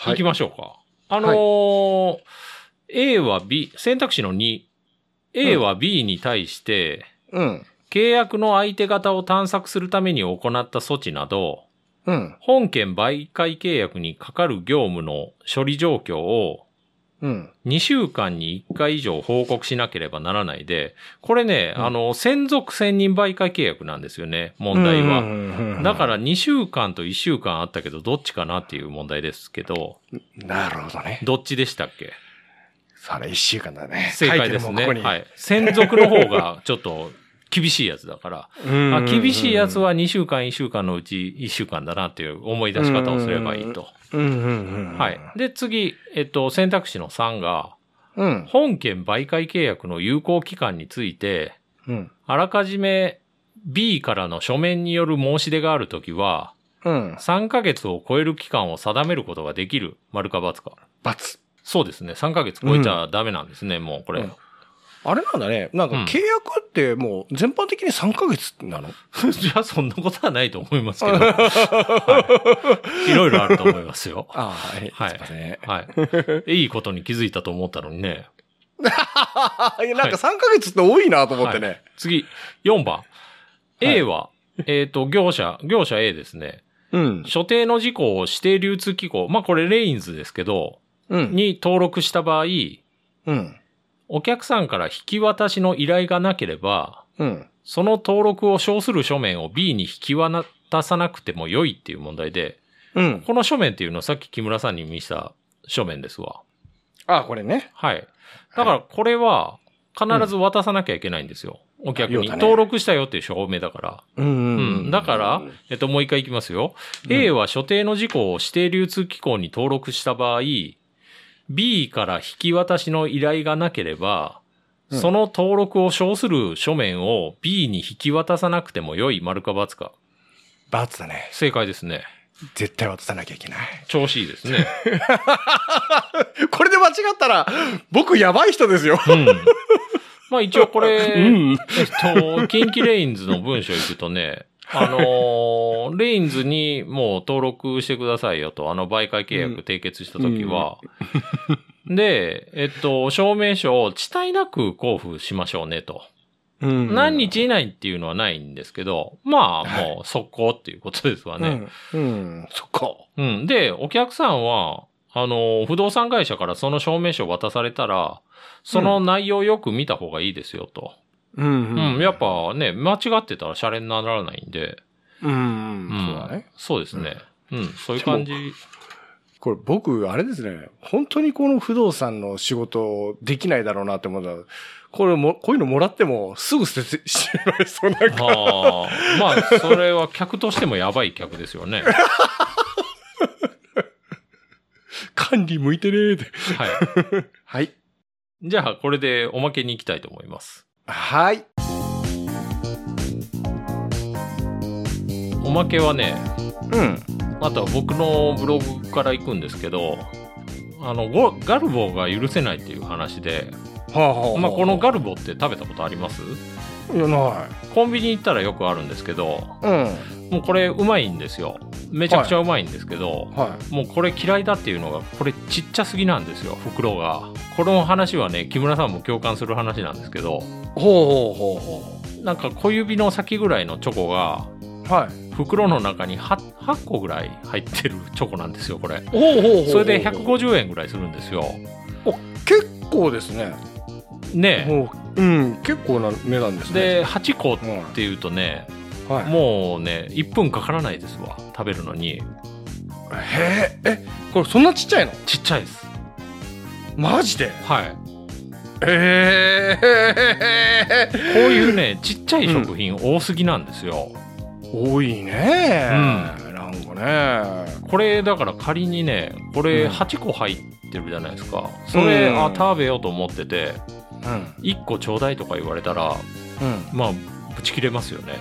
Speaker 2: う。
Speaker 3: 行きましょうか。あのー A は B、選択肢の2。A は B に対して、
Speaker 2: うん。
Speaker 3: 契約の相手方を探索するために行った措置など、
Speaker 2: うん。
Speaker 3: 本件媒介契約にかかる業務の処理状況を
Speaker 2: うん。
Speaker 3: 2週間に1回以上報告しなければならないで、これね、
Speaker 2: うん
Speaker 3: あの、専属専任媒介契約なんですよね、問題は。
Speaker 2: は
Speaker 3: だか、ら2週間と1週間あったけど、どっちかなっていう問題ですけど、
Speaker 2: なるほどね。
Speaker 3: どっちでしたっけ
Speaker 2: それ一週間だね。
Speaker 3: 正解です
Speaker 2: 書いて
Speaker 3: ね。
Speaker 2: るもんここに
Speaker 3: はい。専属の方がちょっと厳しいやつだから。
Speaker 2: うん
Speaker 3: あ厳しいやつは2週間、1週間のうち1週間だなっていう思い出し方をすればいいと。
Speaker 2: うんうんうん。
Speaker 3: はい。で、次、えっと、選択肢の3が、
Speaker 2: うん。
Speaker 3: 本件媒介契約の有効期間について、
Speaker 2: うん。
Speaker 3: あらかじめ B からの書面による申し出があるときは、
Speaker 2: うん。
Speaker 3: 3ヶ月を超える期間を定めることができる、丸か×か。
Speaker 2: 罰。
Speaker 3: そうですね。3ヶ月超えちゃダメなんですね、もうこれ。
Speaker 2: う んあれなんだね。なんか
Speaker 3: うん
Speaker 2: 契約ってもう全般的に3ヶ月なの
Speaker 3: じゃあそんなことはないと思います けど。はい、いろいろあると思いますよ。
Speaker 2: ああ、はい
Speaker 3: はい
Speaker 2: すいません。
Speaker 3: はい。 いいことに気づいたと思ったのにね。
Speaker 2: いや なんか3ヶ月って多いなと思ってね。
Speaker 3: 次、4番。A は、えっ、と、業者、業者 A ですね。
Speaker 2: うん。
Speaker 3: 所定の事項を指定流通機構、まあこれレインズですけど、
Speaker 2: うん。
Speaker 3: に登録した場合、
Speaker 2: うん。
Speaker 3: お客さんから引き渡しの依頼がなければ、
Speaker 2: うん。
Speaker 3: その登録を称する書面を B に引き渡さなくても良いっていう問題で、
Speaker 2: うん。
Speaker 3: この書面っていうのはさっき木村さんに見せた書面ですわ。
Speaker 2: ああ、これね。
Speaker 3: はい。だからこれは必ず渡さなきゃいけないんですよ。お客
Speaker 2: よう
Speaker 3: に。
Speaker 2: だね
Speaker 3: 登録したよっていう証明だから。
Speaker 2: うんう
Speaker 3: うん
Speaker 2: うん
Speaker 3: ん。だから、えっと、もう一回いきますよ。A は所定の事項を指定流通機構に登録した場合、B から引き渡しの依頼がなけれ
Speaker 2: う
Speaker 3: ば、
Speaker 2: ん
Speaker 3: その登録を称する書面を B に引き渡さなくても良い、丸か×か。
Speaker 2: 罰だね。
Speaker 3: 正解ですね。
Speaker 2: 絶対渡さなきゃいけない。
Speaker 3: 調子いいですね。
Speaker 2: これで間違ったら、僕やばい人ですよ。
Speaker 3: うん。まあ一応これ、
Speaker 2: うん。
Speaker 3: えっと、近畿レインズの文章行くとね、あのーレインズにもう登録してくださいよと、あの媒介契約締結した時は、で、えっと、証明書を地帯なく交付しましょうねと。
Speaker 2: うん
Speaker 3: 何日以内っていうのはないんですけど、まあもう速攻っていうことですわね。
Speaker 2: うん。うん。そっか。
Speaker 3: うん。で、お客さんは、あの、不動産会社からその証明書を渡されたら、その内容をよく見た方がいいですよと。
Speaker 2: う
Speaker 3: うんん。やっ、ぱね、間違ってたらシャレにならないんで。
Speaker 2: うんうん。
Speaker 3: ん
Speaker 2: そうだね。
Speaker 3: そうですね。うん、そういう感じ。
Speaker 2: これ僕、あれですね。本当にこの不動産の仕事できないだろうなって思ったらこれも、こういうのもらってもすぐ捨ててしまいそうなんか。
Speaker 3: ああ。まあ、それは客としてもやばい客ですよね。は
Speaker 2: 管理向いてねーって。
Speaker 3: い。
Speaker 2: はい。
Speaker 3: じゃあ、これでおまけに行きたいと思います。
Speaker 2: はい。
Speaker 3: おまけはね、
Speaker 2: うん。
Speaker 3: あとは僕のブログから行くんですけど、あの、ゴガルボが許せないっていう話で、
Speaker 2: はあ、はあ。
Speaker 3: まあ、このガルボって食べたことあります
Speaker 2: いや、な
Speaker 3: コンビニ行ったらよくあるんですけど、
Speaker 2: い。うん。
Speaker 3: もうこれうまいんですよ。めちゃくちゃうまいんですけど、
Speaker 2: は
Speaker 3: もうこれ嫌いだっていうのがこれちっちゃすぎなんですよ袋がこの話はね木村さんも共感する話なんですけど
Speaker 2: い。ほうほうほ
Speaker 3: なんか小指の先ぐらいのチョコが
Speaker 2: うほう。はい。
Speaker 3: 袋の中に 8, 8個ぐらい入ってるチョコなんですよこれ
Speaker 2: ほうほうほうほう
Speaker 3: それで150円ぐらいするんですよ
Speaker 2: 結構ですね。
Speaker 3: ね
Speaker 2: もう、うん、結構な値段です
Speaker 3: え
Speaker 2: ね。
Speaker 3: で8個っ
Speaker 2: うん、
Speaker 3: ていうとね
Speaker 2: はい。
Speaker 3: もうね1分かからないですわ食べるのに
Speaker 2: へえ、え、これそんなちっちゃいの
Speaker 3: ちっちゃいです
Speaker 2: マジで
Speaker 3: はい
Speaker 2: え
Speaker 3: こう
Speaker 2: え
Speaker 3: いうねちっちゃい食品多すぎなんですよ、
Speaker 2: 多いね、なんかね
Speaker 3: これだから仮にねこれ
Speaker 2: うん
Speaker 3: 8個入ってるじゃないですかそれ、
Speaker 2: うん
Speaker 3: あ食べようと思ってて
Speaker 2: うん
Speaker 3: 1個ちょうだいとか言われたら
Speaker 2: うん
Speaker 3: まあぶち切れますよね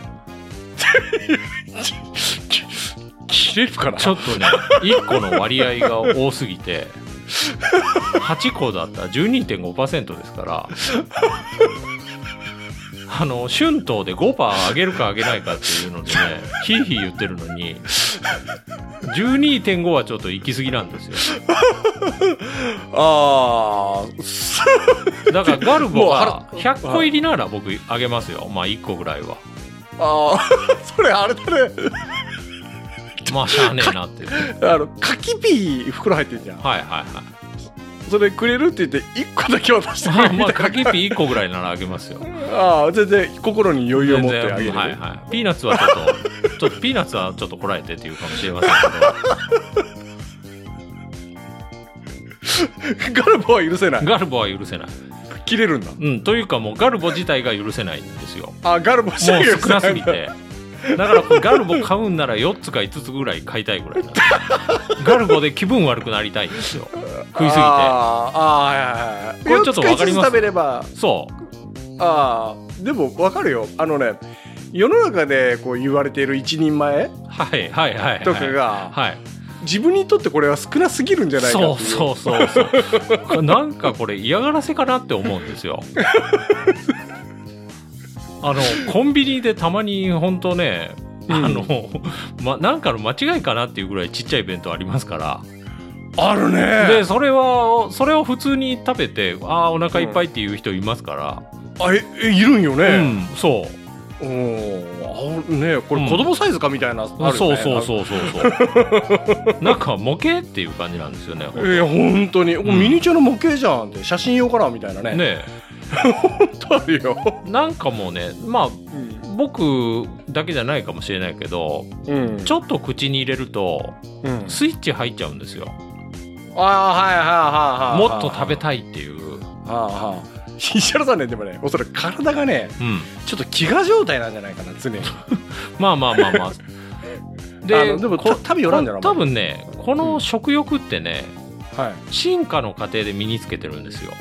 Speaker 2: 切れるかな
Speaker 3: ちょっ とね1個の割合が多すぎて8個だったら12.5%ですから あの春闘で5%上げるか上げないかっていう のでねヒーヒー言ってるのに12.5はちょっと行き過ぎなんですよ
Speaker 2: ああす
Speaker 3: だからガルボ
Speaker 2: も
Speaker 3: が
Speaker 2: う腹
Speaker 3: 100個入りなら僕あげますよまあ1個ぐらいは
Speaker 2: あー それあれだね
Speaker 3: まあしゃあねえなっ ていうはい
Speaker 2: あの柿ピー袋入ってんじゃん
Speaker 3: はいはい
Speaker 2: それくれるって言って1個だけ渡してくれ
Speaker 3: あ
Speaker 2: るみ
Speaker 3: ま
Speaker 2: た
Speaker 3: あ
Speaker 2: いな
Speaker 3: かけピー1個ぐらいならあげますよ
Speaker 2: ああ全然心に余裕を持ってあげる、
Speaker 3: 全然はいはい、ピーナッツはちょっとちょっとピーナッツはちょっとこらえてっていうかもし れません
Speaker 2: ガルボは許せな
Speaker 3: け
Speaker 2: い
Speaker 3: どガルボは許せない、
Speaker 2: 切れるんだ
Speaker 3: うん、というかもうガルボ自体が許せないんですよも
Speaker 2: あガルボ
Speaker 3: う
Speaker 2: 自体が許
Speaker 3: 少
Speaker 2: せな
Speaker 3: ないすぎてだからこれガルボ買うんなら4つか5つぐらい買いたいぐらいなん ですガルボで気分悪くなりたいんですよ食いすぎて
Speaker 2: あーあーはいはいはい
Speaker 3: これちょっとわか
Speaker 2: 四つ一
Speaker 3: ります
Speaker 2: つ食べれば
Speaker 3: そう
Speaker 2: ああでもわかるよあのね世の中でこう言われている一人前
Speaker 3: はいはいはいはい
Speaker 2: とかが、
Speaker 3: はい
Speaker 2: 自分にとってこれは少なすぎるんじゃないか
Speaker 3: そう
Speaker 2: う
Speaker 3: そうそうそうなんかこれ嫌がらせかなって思うんで すよあのコンビニでたまに本当ねあの、ま、なんかの間違いかなっていうぐらいちっちゃい弁当ありますか
Speaker 2: ある
Speaker 3: らで
Speaker 2: ね
Speaker 3: それはそれを普通に食べてああお腹いっぱいっていう人いますから
Speaker 2: あええいるんよ
Speaker 3: う
Speaker 2: ね、
Speaker 3: ん、そう
Speaker 2: おおーあねこ
Speaker 3: う
Speaker 2: れ
Speaker 3: ん
Speaker 2: 子供サイズかみたいな、あるよね
Speaker 3: そうそうそうそうそうなんか模型っていう感じなんですよねほんと
Speaker 2: いや本当に、おミニチュアの模型じゃんって写真用かなみたいなね
Speaker 3: ね
Speaker 2: 本 当あるよ、
Speaker 3: えなんか もうねまあ僕だけじゃないかもしれないけど
Speaker 2: うん
Speaker 3: ちょっと口に入れると
Speaker 2: うん
Speaker 3: スイッチ入っちゃうんですよ
Speaker 2: ああはいはいはいはい
Speaker 3: もっと食べ
Speaker 2: い
Speaker 3: たいっていう、
Speaker 2: はいはい 石原さんねでもねおそらく体がね
Speaker 3: うん、
Speaker 2: ちょっと飢餓状態なんじゃないかな常に
Speaker 3: まあまあまあ まあ
Speaker 2: あのでも
Speaker 3: こ
Speaker 2: た多分よらんだろ
Speaker 3: 多分ねこの食欲ってね
Speaker 2: はい
Speaker 3: 進化の過程で身につけてるんですよ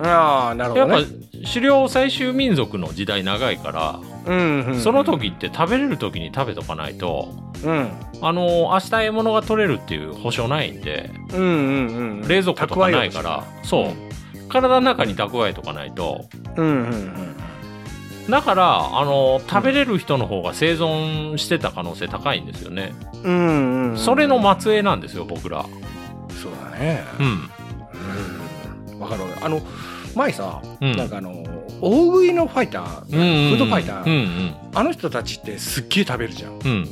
Speaker 2: ああなる
Speaker 3: や
Speaker 2: ほ
Speaker 3: っ
Speaker 2: ど
Speaker 3: ぱ
Speaker 2: ね
Speaker 3: 狩猟採集民族の時代長いから、
Speaker 2: うんうん
Speaker 3: その時って食べれる時に食べとかないと
Speaker 2: うん
Speaker 3: あの明日獲物が取れるっていう保証ないんで
Speaker 2: うんうんうんうん
Speaker 3: 冷蔵庫とかないか
Speaker 2: 蓄えよ
Speaker 3: らそう体の中に蓄えとかないと
Speaker 2: うとしうんうんうん
Speaker 3: だからあの食べれる人の方が生存してた可能性高いんですよね、
Speaker 2: うんうんうん
Speaker 3: それの末裔なんですよ僕ら
Speaker 2: そうだね
Speaker 3: うん
Speaker 2: うんわかるわかるあの前さ
Speaker 3: うん
Speaker 2: なんかあの大食いのファイター
Speaker 3: うんうんうん
Speaker 2: フードファイター
Speaker 3: うん
Speaker 2: あの人たちってすっげえ食べるじゃん
Speaker 3: うんうん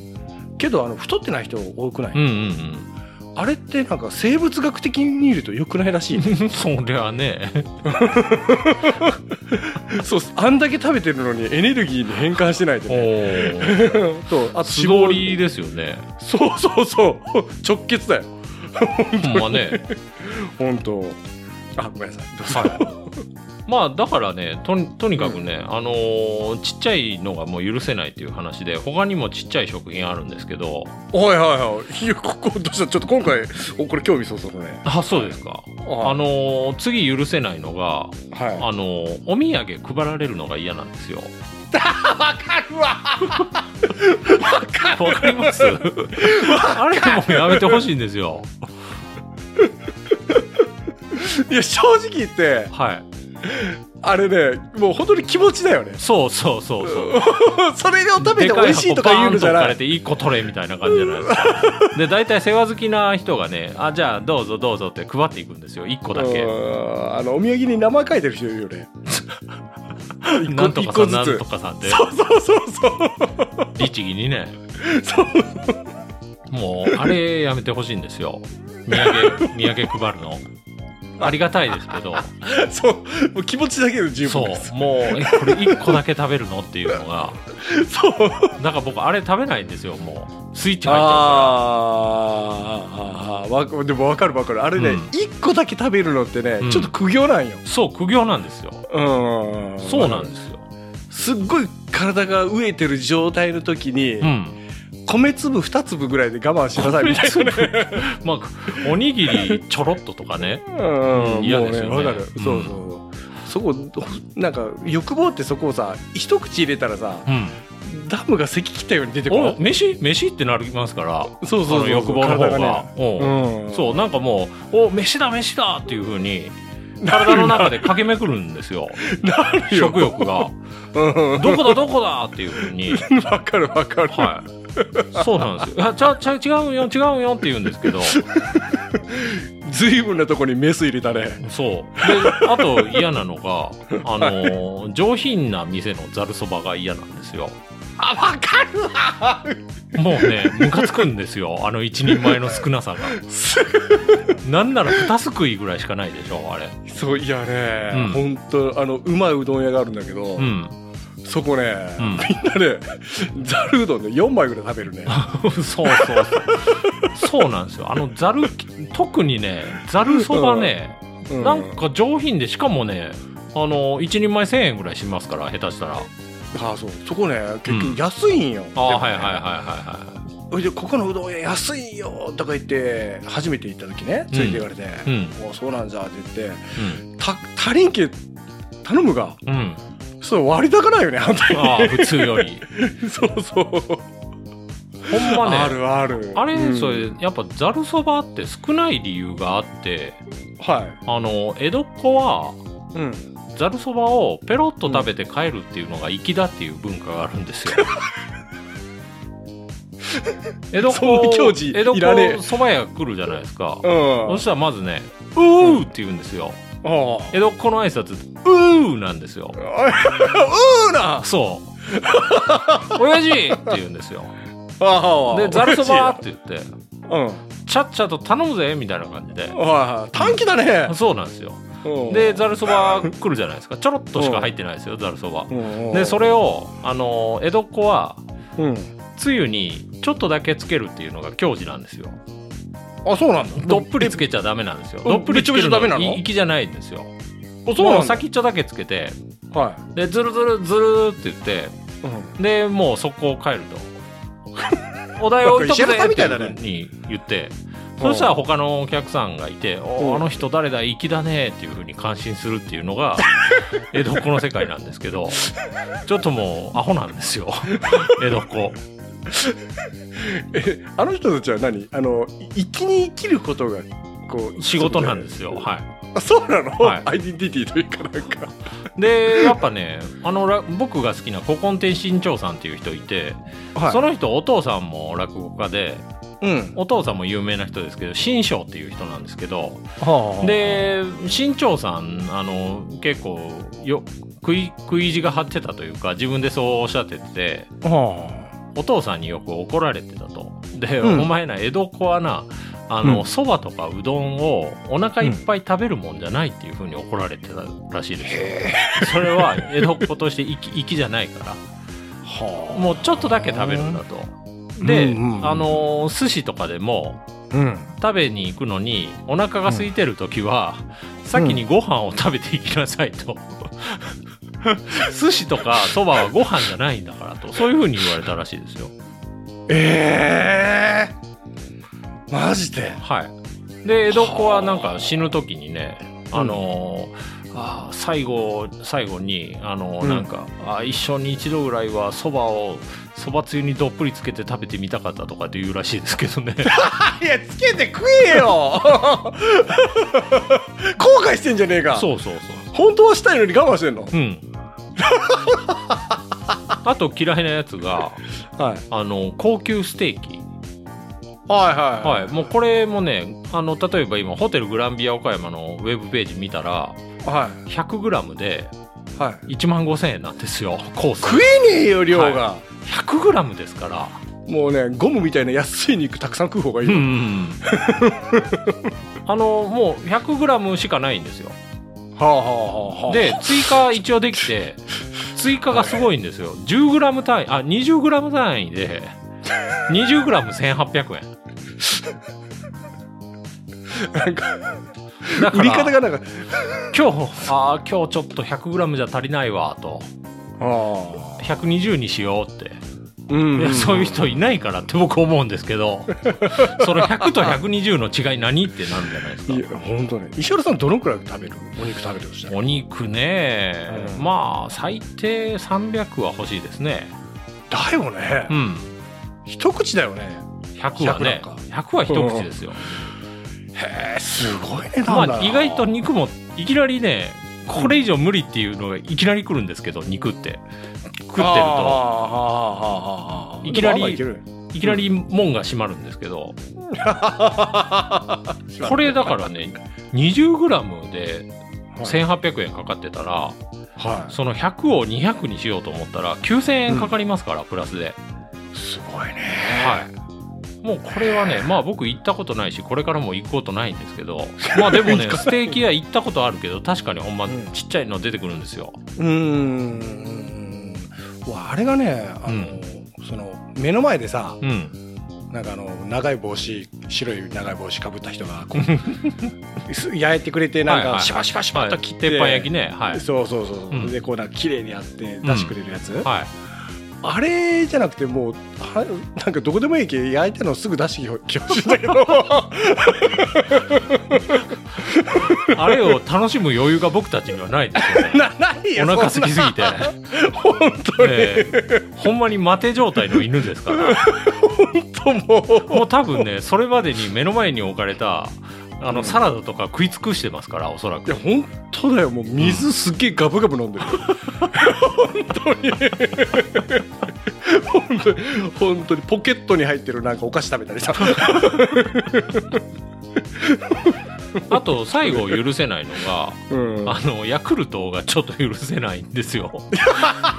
Speaker 2: けどあの太ってない人多くない、
Speaker 3: うんうん
Speaker 2: あれってなんか生物学的に見ると良くないらしいね
Speaker 3: うんそりゃね
Speaker 2: そうあんだけ食べてるのにエネルギーに変換してないと
Speaker 3: お
Speaker 2: ね
Speaker 3: ー
Speaker 2: そうあと
Speaker 3: 素
Speaker 2: 脂肪
Speaker 3: 通りですよね
Speaker 2: そうそうそう 直結だよ
Speaker 3: ほんまね、
Speaker 2: 本当あごめんなさいどうぞ、
Speaker 3: はい、まあだからねとにとにかくね、あのーちっちゃいのがもう許せないっていう話で他にもちっちゃい食品あるんですけど
Speaker 2: おいはいはいいやここどうしたちょっと今回おこれ興味そそるね
Speaker 3: あそうですかあ
Speaker 2: あ
Speaker 3: のー次許せないのが
Speaker 2: はい
Speaker 3: あのお土産配られるのが嫌なんですよ。
Speaker 2: わかるわ
Speaker 3: わかりますあれもうやめてほしいんですよ。
Speaker 2: いや正直言って
Speaker 3: はい。
Speaker 2: あれねもう本当に気持ちだよね
Speaker 3: そうそうそうそう。
Speaker 2: それを食べて美味しいとか言うのじゃ
Speaker 3: でかい箱バーンと置か
Speaker 2: な
Speaker 3: れ
Speaker 2: い
Speaker 3: て1個取れみたいな感じじゃないですか。で大体世話好きな人がね「あじゃあどうぞどうぞ」って配っていくんですよ1個だけ。
Speaker 2: うんあのお土産に名前書いてる人いるよね一個
Speaker 3: なんと
Speaker 2: 一
Speaker 3: かさ
Speaker 2: 個
Speaker 3: んな
Speaker 2: ず
Speaker 3: ん
Speaker 2: つ
Speaker 3: とかさんって
Speaker 2: そうそうそうそう
Speaker 3: 律儀にね
Speaker 2: そう
Speaker 3: もうあれやめてほしいんですよ土産 土産配るの。ありがたいですけど。
Speaker 2: そうもう気持ちだけで十分
Speaker 3: そ
Speaker 2: です
Speaker 3: うもうえこれ1個だけ食べるのっていうのが
Speaker 2: そう
Speaker 3: なんか僕あれ食べないんですよもうスイッチ入っ
Speaker 2: あ
Speaker 3: ちゃ
Speaker 2: ーあーあーわでもわかるわかるあれね
Speaker 3: うん
Speaker 2: 一、個だけ食べるのってね、
Speaker 3: うん
Speaker 2: ちょっと苦行なんよ。
Speaker 3: そう、苦行なんですよ。
Speaker 2: うん。
Speaker 3: そうなんですよ。
Speaker 2: すっごい体が飢えてる状態の時に、
Speaker 3: うん。
Speaker 2: 米粒2粒ぐらいで我慢しなさいみたいなね。
Speaker 3: まあ、おにぎりちょろっととかね。
Speaker 2: うん、
Speaker 3: 嫌ですよね
Speaker 2: もうわかる。
Speaker 3: うん
Speaker 2: そうそう。そこなんか欲望ってそこをさ一口入れたらさ
Speaker 3: うん。
Speaker 2: ダムが咳切ったように出てこ
Speaker 3: お
Speaker 2: る
Speaker 3: 飯飯ってなりますから、
Speaker 2: そうそう
Speaker 3: そ
Speaker 2: そ
Speaker 3: の
Speaker 2: う
Speaker 3: 欲望の方
Speaker 2: 体
Speaker 3: が
Speaker 2: ね。
Speaker 3: うん
Speaker 2: うん
Speaker 3: そう、なんかもう、お、飯だ、飯だっていうふうに、体の中で駆け巡るんですよ。
Speaker 2: なるよ
Speaker 3: 食欲が。
Speaker 2: うん
Speaker 3: どこだ、どこだっていうふうに。
Speaker 2: わかるわかる、
Speaker 3: はい。そうなんですよ。あ、ちゃ、ちゃ、違うよ、違うよって言うんですけど、
Speaker 2: ずいぶんなとこにメス入れたね
Speaker 3: そう。で、あと嫌なのが、あのー、上品な店のざるそばが嫌なんですよ。
Speaker 2: あわかるわ
Speaker 3: もうね、ムカつくんですよ。あの一人前の少なさが。 なんなら二すくいぐらいしかないでしょ、あれ。
Speaker 2: そういやね、
Speaker 3: うん
Speaker 2: ほんとあのうまいうどん屋があるんだけど、
Speaker 3: うん。
Speaker 2: そこね、
Speaker 3: うん。
Speaker 2: みんなねざるうどんで4枚ぐらい食べるね
Speaker 3: そうそうそう。そうなんですよ。あの、ざる、特にね、ざるそばね、
Speaker 2: う
Speaker 3: なんか上品で、しかもね、あの、一人前1000円ぐらいしますから、下手したら。
Speaker 2: あそうそこね結
Speaker 3: うん
Speaker 2: 局安いんよ、
Speaker 3: ああ、
Speaker 2: でも
Speaker 3: は
Speaker 2: ね
Speaker 3: いはいはいはいは
Speaker 2: それでここのうどん屋安いよとか言って初めて行った時ね
Speaker 3: うん
Speaker 2: ついていかれて
Speaker 3: い。う
Speaker 2: 「
Speaker 3: ん。
Speaker 2: おうそうなんじゃ」って言って
Speaker 3: う
Speaker 2: 「
Speaker 3: ん
Speaker 2: た足りんけ頼むが
Speaker 3: うん。
Speaker 2: それ割高ないよね反対
Speaker 3: ああ、普通より。
Speaker 2: に そうそう
Speaker 3: ほんまね。
Speaker 2: あるある
Speaker 3: あれ、
Speaker 2: うん
Speaker 3: それ、やっぱざるそばって少ない理由があって、
Speaker 2: は
Speaker 3: あの、江戸っ子は、
Speaker 2: い、うん、
Speaker 3: ざるそばをペロッと食べて帰るっていうのが粋だっていう文化がある んですよ。
Speaker 2: そんな矜持
Speaker 3: 江戸っ子江戸
Speaker 2: いらねえ
Speaker 3: っ子そば屋来るじゃないですか。
Speaker 2: うん
Speaker 3: そしたらまずね、うーって言うんですよ。
Speaker 2: あ
Speaker 3: 江戸っ子の挨拶、うーなんですよ。
Speaker 2: あうーな
Speaker 3: そう。 親父って言うんですよ。
Speaker 2: ああ
Speaker 3: で、ざるそばって言って、
Speaker 2: うん
Speaker 3: ちゃっちゃと頼むぜみたいな感じで。
Speaker 2: ああ短期だね
Speaker 3: そうなんですよ。
Speaker 2: うん
Speaker 3: で、ざるそば来るじゃないですか。ちょろっとしか入ってないですよ、ざるそば。
Speaker 2: うんうん
Speaker 3: で、それを、あの、江戸っ子は、
Speaker 2: うん
Speaker 3: つゆにちょっとだけつけるっていうのが矜持なんですよ。
Speaker 2: あそうなんだ
Speaker 3: どっぷりつけちゃダメなんですよ。
Speaker 2: うん
Speaker 3: どっぷりつける
Speaker 2: めちゃめちゃダメなの
Speaker 3: 粋じゃないんですよ。
Speaker 2: あそう
Speaker 3: も
Speaker 2: な
Speaker 3: うん
Speaker 2: だ
Speaker 3: 先っちょだけつけて、
Speaker 2: は
Speaker 3: で、ズルズルズルって言って、
Speaker 2: い、うん
Speaker 3: で、もう速攻帰る と。お題を置いとくぜ
Speaker 2: なんか石原さんみたいだね
Speaker 3: っていうふうに言っ
Speaker 2: ん
Speaker 3: て、そしたら他のお客さんがいて、お
Speaker 2: う
Speaker 3: ー
Speaker 2: ん
Speaker 3: あの人誰だ、粋だねっていうふうに感心するっていう のが、江戸っ子の世界なんですけど、ちょっともうアホなんですよ、江戸っ子。
Speaker 2: え あの人たちは何あのい生きに生きることがこう
Speaker 3: 仕事なんですよ、はい。
Speaker 2: あそうなの、
Speaker 3: はい
Speaker 2: アイデンティティというかなんか
Speaker 3: でやっぱねあのら僕が好きな古今亭新潮さんっていう人いて、その人お父さんも落語家で
Speaker 2: うん
Speaker 3: お父さんも有名な人ですけど新潮っていう人なんですけど
Speaker 2: はあ
Speaker 3: で新潮さんあの結構よ食い食い意地が張ってたというか自分でそうおっしゃってて
Speaker 2: は
Speaker 3: お父さんによく怒られてたと。で、
Speaker 2: うん
Speaker 3: お前な江戸っ子はなあの、
Speaker 2: うん
Speaker 3: 蕎麦とかうどんをお腹いっぱい食べるもんじゃないっていうふうに怒られてたらしいですよ。それは江戸っ子として粋粋じゃないから
Speaker 2: あは
Speaker 3: もうちょっとだけ食べるんだと。で、
Speaker 2: うんうん
Speaker 3: あのー寿司とかでも
Speaker 2: ううん
Speaker 3: 食べに行くのにお腹が空いてる時は、先にご飯を食べていきなさい と。寿司とかそばはご飯じゃないんだからとそういうふうに言われたらしいですよ。
Speaker 2: ええー、マジで
Speaker 3: はい、で江戸っ子はなんか死ぬ時にね、あのーあー最後最後に、あのー
Speaker 2: うん
Speaker 3: なんか、あー一生に一度ぐらいはそばをそばつゆにどっぷりつけて食べてみたかったとかって言うらしいですけどね
Speaker 2: いやつけて食えよ 後悔してんじゃねえか
Speaker 3: そうそうそう
Speaker 2: 本当はしたいのに我慢してんの
Speaker 3: うん あと嫌いなやつが
Speaker 2: はい
Speaker 3: あの高級ステーキ
Speaker 2: はいは
Speaker 3: はいもうこれもねあの例えば今ホテルグランビア岡山のウェブページ見たら
Speaker 2: いはい、
Speaker 3: 100g で
Speaker 2: はい、
Speaker 3: 1万5000円なんですよコース
Speaker 2: 食えねえよ量が、
Speaker 3: 100g ですから、
Speaker 2: もうねゴムみたいな安い肉たくさん食う方がいいよ、
Speaker 3: あのもう 100g しかないんですよ
Speaker 2: はあはあはあはあ
Speaker 3: で追加一応できて追加がすごいんですよ 10g 単位あ 20g 単位で 20g1800 円
Speaker 2: なんか
Speaker 3: だから
Speaker 2: 売り方がなんか
Speaker 3: 今日ああ今日ちょっと 100g じゃ足りないわと
Speaker 2: ああ
Speaker 3: 120にしようって
Speaker 2: うん
Speaker 3: いやそういう人
Speaker 2: い
Speaker 3: いないからって僕思うんですけ どその100と120の違い何ってなるんじゃないですか
Speaker 2: や本当ね石原さんどのくらい食べるお肉食べるとしたら
Speaker 3: お肉ね、
Speaker 2: うん
Speaker 3: まあ最低300は欲しいですね
Speaker 2: だよね、
Speaker 3: うん
Speaker 2: 一口だよね
Speaker 3: 100はね
Speaker 2: 100なんか
Speaker 3: 100, は一口ですよ、
Speaker 2: へえすごいね
Speaker 3: ま
Speaker 2: なんだ
Speaker 3: あ
Speaker 2: な
Speaker 3: 意外と肉もいきなりねこれ以上無理っていうのがいきなり来るんですけど肉って食ってる
Speaker 2: あああ
Speaker 3: と
Speaker 2: あああああ
Speaker 3: いきな
Speaker 2: でも
Speaker 3: り
Speaker 2: まあいけるね
Speaker 3: いきなり門が閉まるんですけど、これだからね 20g で1800円かかってたら、
Speaker 2: は
Speaker 3: その100を200にしようと思ったら9000円かかりますから、プラスで、
Speaker 2: いすごいね
Speaker 3: はい、もうこれはねまあ僕行ったことないしこれからも行くことないんです けどまあでも
Speaker 2: 行
Speaker 3: ね
Speaker 2: かない
Speaker 3: ステーキ屋行ったことあるけど確かにほんま
Speaker 2: うん
Speaker 3: ちっちゃいの出てくるんですよ、
Speaker 2: うーんわあれがねあの、その目の前でさ
Speaker 3: うん、
Speaker 2: なんかあの長い帽子白い長い帽子かぶった人がこ うす焼いてくれてなん
Speaker 3: はいはい
Speaker 2: か
Speaker 3: はい
Speaker 2: シャバシャバシャ
Speaker 3: は
Speaker 2: バ
Speaker 3: い
Speaker 2: っと切って、
Speaker 3: 鉄板焼きねはい、
Speaker 2: そうそうそう、
Speaker 3: うん
Speaker 2: でこうなんか綺麗にやって出してくれるやつ、
Speaker 3: はい、
Speaker 2: あれじゃなくてもうはなんかどこでもいいけど焼いたのすぐ出してきてほしいんだ けど
Speaker 3: あれを楽しむ余裕が僕たちにはな いですよね
Speaker 2: なないよ
Speaker 3: お
Speaker 2: そ
Speaker 3: 腹す
Speaker 2: んな
Speaker 3: きすぎて、
Speaker 2: 本当に、
Speaker 3: ええほんまに待て状態の犬です から
Speaker 2: 本当もう
Speaker 3: もう多分ね、それまでに目の前に置かれた、あの、サラダとか食い尽くしてますから、おそら
Speaker 2: い
Speaker 3: く
Speaker 2: や。本当だよもう水すっげえガブガブ飲んでる、本当に本当に本当にポケットに入ってるなんかお菓子食べたり さ
Speaker 3: あと、最後許せないのが、
Speaker 2: うん
Speaker 3: あの、ヤクルトがちょっと許せないんで すよ。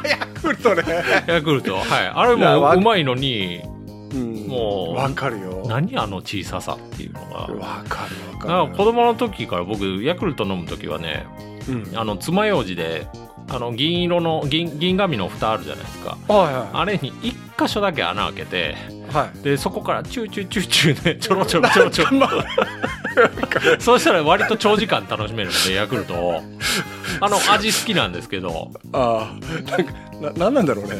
Speaker 2: ヤクルトね、
Speaker 3: ヤクルト。はい。あれ
Speaker 2: いや
Speaker 3: も
Speaker 2: わ
Speaker 3: うまいのに、
Speaker 2: うん
Speaker 3: もう
Speaker 2: わかるよわ
Speaker 3: 何あの小ささっていうのが。
Speaker 2: かるわ
Speaker 3: だから
Speaker 2: かる
Speaker 3: 子供の時から僕、ヤクルト飲む時はね、
Speaker 2: うん
Speaker 3: あの、爪楊枝で、あの、銀色の、銀、銀紙の蓋あるじゃないですか。
Speaker 2: は
Speaker 3: あれに一箇所だけ穴開けて、
Speaker 2: いはいはい
Speaker 3: で、そこからチューチューチューチュ ーね、ちょろちょろちょろちょろ。そうしたら割と長時間楽しめるので、ヤクルトを。あの、味好きなんですけど。
Speaker 2: ああなんかななんなんだろうね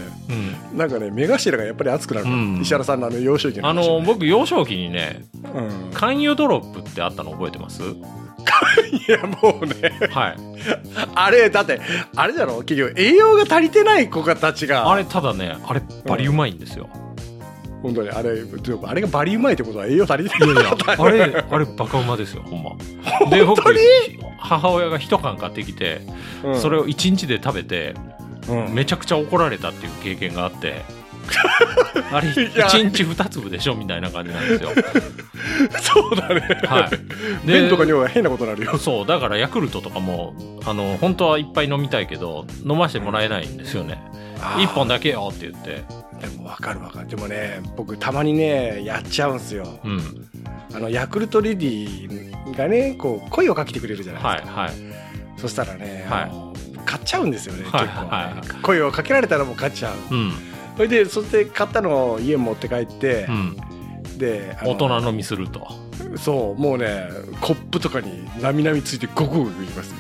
Speaker 3: うん。
Speaker 2: なんかね目頭がやっぱり熱くなる、
Speaker 3: うん
Speaker 2: 石原さんのあの幼少期の
Speaker 3: あ
Speaker 2: 話
Speaker 3: の、僕、幼少期にね、
Speaker 2: うん、
Speaker 3: 勧誘ドロップってあったの覚えてます
Speaker 2: いやもうね
Speaker 3: はい。
Speaker 2: あれだってあれだろ企業栄養が足りてない子たちが
Speaker 3: あれ、ただね、あれ、バリうまいんですよ。
Speaker 2: 本当にあれでもあれがバリうまいってことは栄養足りて
Speaker 3: い
Speaker 2: ない
Speaker 3: やいや、あれ、あれ、バカうまですよ、ほんま。で、僕、母親が一缶買ってきて、
Speaker 2: うん
Speaker 3: それを一日で食べて、
Speaker 2: うん
Speaker 3: めちゃくちゃ怒られたっていう経験が あって。あれ、一
Speaker 2: いや
Speaker 3: 日二粒でしょみたいな感じな んですよ。
Speaker 2: そうだね
Speaker 3: はい。で
Speaker 2: 便とか尿が変なことになるよ
Speaker 3: そうだからヤクルトとかもあの本当はいっぱい飲みたいけど飲ませてもらえないんですよね1本だけよって言って
Speaker 2: でも分かる分かるでもね僕たまにねやっちゃうんすよ
Speaker 3: うん
Speaker 2: あのヤクルトレディがねこう声をかけてくれるじゃない
Speaker 3: はい
Speaker 2: ですか、
Speaker 3: はい
Speaker 2: そしたらね、
Speaker 3: はい
Speaker 2: あの買っちゃうんですよね、
Speaker 3: はい
Speaker 2: 結構ね、
Speaker 3: はい
Speaker 2: 声をかけられたらもう買っちゃう
Speaker 3: うん
Speaker 2: それでそして買ったのを家持って帰って
Speaker 3: う、ん
Speaker 2: であの
Speaker 3: 大人飲みすると
Speaker 2: そうもうねコップとかになみなみついてごくごくいきます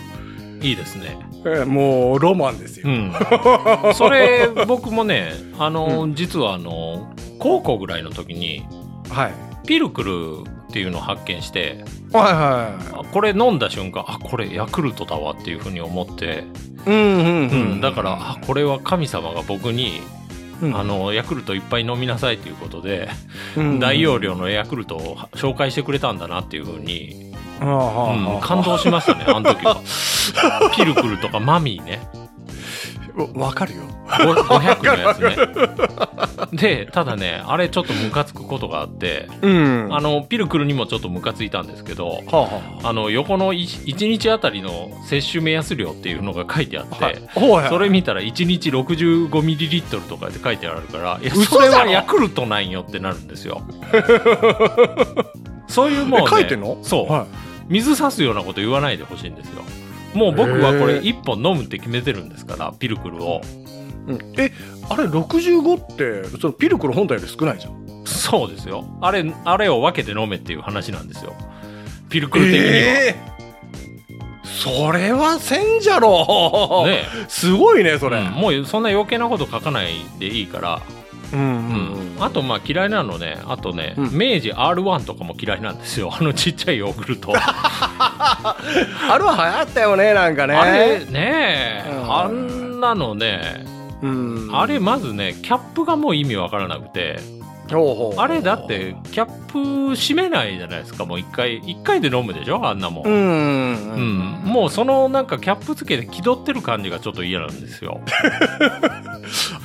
Speaker 3: いいですね
Speaker 2: えもうロマンですよ、
Speaker 3: うんそれ僕もねあの、実はあの高校ぐらいの時に
Speaker 2: はい
Speaker 3: ピルクルっていうのを発見して
Speaker 2: はいは
Speaker 3: あこれ飲んだ瞬間あこれヤクルトだわっていうふうに思って、
Speaker 2: いうんうん
Speaker 3: うんだからあこれは神様が僕に
Speaker 2: うん
Speaker 3: あのヤクルトいっぱい飲みなさいということで、
Speaker 2: うん
Speaker 3: 大容量のヤクルトを紹介してくれたんだなっていうふうに、
Speaker 2: ああああ
Speaker 3: うん感動しましたねあの時はピルクルとかマミーね
Speaker 2: わわかるよ
Speaker 3: ご500のやつねでただねあれちょっとムカつくことがあって
Speaker 2: うん
Speaker 3: あのピルクルにもちょっとムカついたんですけど
Speaker 2: はあは
Speaker 3: あの横の 1, 日あたりの摂取目安量っていうのが書いてあって、
Speaker 2: はいほうや
Speaker 3: それ見たら1日 65ml とかって書いてあるからいや
Speaker 2: 嘘
Speaker 3: そ
Speaker 2: だ
Speaker 3: れ
Speaker 2: ろ
Speaker 3: はヤクルトなんよってなるん ですよそういうもう、
Speaker 2: え
Speaker 3: ね、
Speaker 2: 書いてんの
Speaker 3: そう、
Speaker 2: は
Speaker 3: 水差すようなこと言わないでほしいんですよもう僕はこ
Speaker 2: へ
Speaker 3: れ
Speaker 2: ー
Speaker 3: 1本飲むって決めてるんですからピルクルを
Speaker 2: いうんえあれ65ってそのピルクル本体より少ないじゃん
Speaker 3: そうですよあれあれを分けて飲めっていう話なんですよピルクル的には、
Speaker 2: えそれはせんじゃろ
Speaker 3: ね
Speaker 2: すごいねそれ、
Speaker 3: うんもうそんな余計なこと書かないでいいから、
Speaker 2: うん
Speaker 3: うんあとまあ嫌いなのねあとね、
Speaker 2: うん
Speaker 3: 明治 R1 とかも嫌いなんですよあ のちっちゃいヨーグルト
Speaker 2: あれは流行ったよねなんかね
Speaker 3: あれねえ、
Speaker 2: うん
Speaker 3: あんなのね
Speaker 2: うん
Speaker 3: あれまずねキャップがもう意味わからなくて
Speaker 2: ほうほう
Speaker 3: あれだってキャップ閉めないじゃないですかもう一回一回で飲むでしょあんなもん、
Speaker 2: うん
Speaker 3: うんもうそのなんかキャップ付けで気取ってる感じがちょっと嫌なんですよ。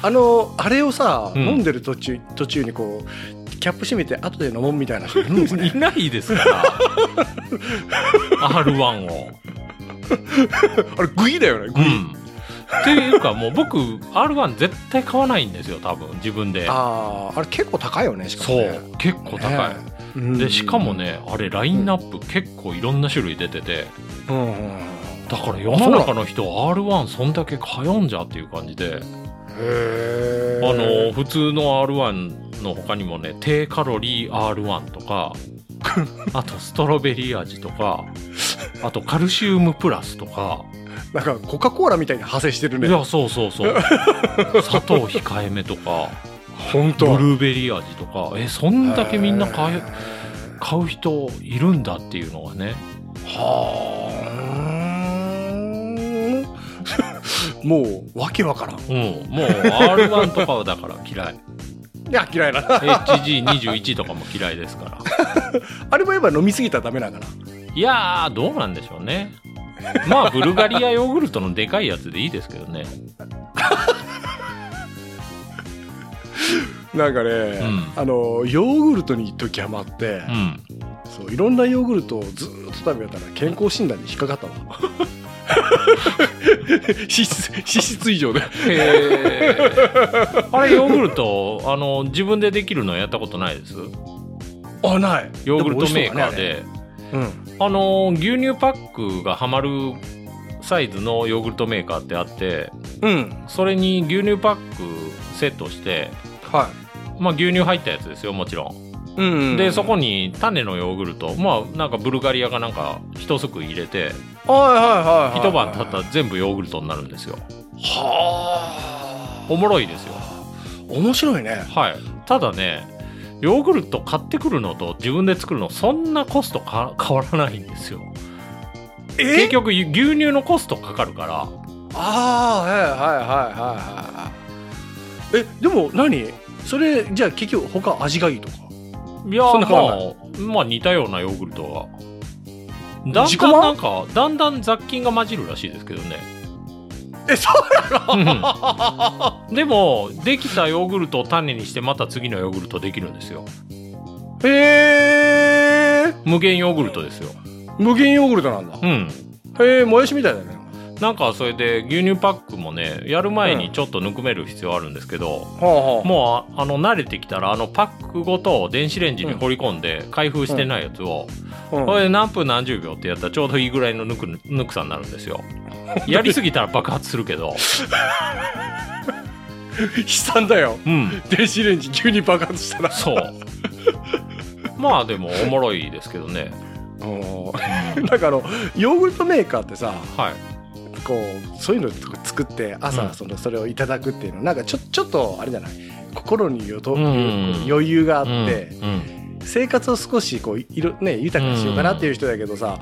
Speaker 2: あのあれをさ、
Speaker 3: うん
Speaker 2: 飲んでる途中途中にこうキャップ閉めて後で飲もうみたいな人いるのか ね
Speaker 3: いないですから。R1 を。
Speaker 2: あれグイだよね
Speaker 3: う
Speaker 2: グイ、
Speaker 3: ん。っていうかもう僕 R1 絶対買わないんですよ多分自分で。
Speaker 2: あああれ結構高いよねしかも
Speaker 3: そ
Speaker 2: ね
Speaker 3: う結構高い。
Speaker 2: ねうん
Speaker 3: でしかもねあれラインナップ結構いろんな種類出てて
Speaker 2: うん
Speaker 3: だから世の中の人 R1 そんだけ通うんじゃっていう感じで
Speaker 2: へ
Speaker 3: あ
Speaker 2: ー
Speaker 3: の普通の R1 の他にもね低カロリー R1 とかあとストロベリー味とかあとカルシウムプラスとか
Speaker 2: なんかコカ・コーラみたいに派生してる
Speaker 3: い
Speaker 2: ね
Speaker 3: やそうそうそう砂糖控えめとか
Speaker 2: 本
Speaker 3: ブ
Speaker 2: 当
Speaker 3: ルーベリー味とかえそんだけみんな買
Speaker 2: へ
Speaker 3: う買う人いるんだっていうのがね
Speaker 2: ーはあもうわけわからんい
Speaker 3: うんもう R1 とかはだから嫌い
Speaker 2: や嫌いな
Speaker 3: HG21 とかも嫌いですから
Speaker 2: あれもやっぱ飲みすぎたらダメなんかない
Speaker 3: やーどうなんでしょうねまあブルガリアヨーグルトのでかいやつでいいですけどね
Speaker 2: なんかね、
Speaker 3: ん
Speaker 2: あのヨーグルトに一時ハマって、
Speaker 3: うん
Speaker 2: そういろんなヨーグルトをずーっと食べてたら健康診断に引っかかったわ 脂質脂質異常で
Speaker 3: へーあれヨーグルトあの自分でできるのやったことないです
Speaker 2: あない
Speaker 3: ヨーグルトメーカーで
Speaker 2: うん
Speaker 3: あの牛乳パックがはまるサイズのヨーグルトメーカーってあって
Speaker 2: うん
Speaker 3: それに牛乳パックセットして、
Speaker 2: は
Speaker 3: まあ、牛乳入ったやつですよもちろん、
Speaker 2: い、うん
Speaker 3: でそこに種のヨーグルトまあなんかブルガリアかなんか一すくい入れて
Speaker 2: はいはいはいはい、
Speaker 3: 一晩経ったら全部ヨーグルトになるんですよ
Speaker 2: はあ
Speaker 3: おもろいですよ
Speaker 2: 面白いね
Speaker 3: はいただねヨーグルト買ってくるのと自分で作るのそんなコストか 変わらないんですよ結局牛乳のコストかかるから
Speaker 2: ああはいはいはいはいはいえでも何それじゃあ結局他味がいいとか
Speaker 3: いや
Speaker 2: そん
Speaker 3: ま
Speaker 2: な
Speaker 3: あ
Speaker 2: 変わらな
Speaker 3: まあ似たようなヨーグルトがだん
Speaker 2: 自己
Speaker 3: だん
Speaker 2: 満
Speaker 3: なんかだんだん雑菌が混じるらしいですけどね
Speaker 2: えそう
Speaker 3: うんでもできたヨーグルトを種にしてまた次のヨーグルトできるんですよ
Speaker 2: へえ
Speaker 3: 無限ヨーグルトですよ
Speaker 2: 無限ヨーグルトなんだ
Speaker 3: うん
Speaker 2: へえもやしみたいだね
Speaker 3: なんかそれで牛乳パックもねやる前にちょっとぬくめる必要あるんですけど、
Speaker 2: はあはあ
Speaker 3: もうああの慣れてきたらあのパックごと電子レンジに放り込んで開封してないやつを、
Speaker 2: うん
Speaker 3: これで何分何十秒ってやったらちょうどいいぐらいのぬくぬくさになるん ですよやりすぎたら爆発するけど
Speaker 2: 悲惨だよ
Speaker 3: うん
Speaker 2: 電子レンジ急に爆発した ら
Speaker 3: そうまあでもおもろいですけどね
Speaker 2: うんなんかあのヨーグルトメーカーってさ
Speaker 3: はい
Speaker 2: こうそういうのとか作って
Speaker 3: う
Speaker 2: 朝
Speaker 3: ん
Speaker 2: そのそれをいただくっていうのなんかちょちょっとあれじゃない心によと、
Speaker 3: ん
Speaker 2: 余裕があって、
Speaker 3: うん うん
Speaker 2: 生活を少しこういろ、ね、豊かにしようかなっていう人だけどさ、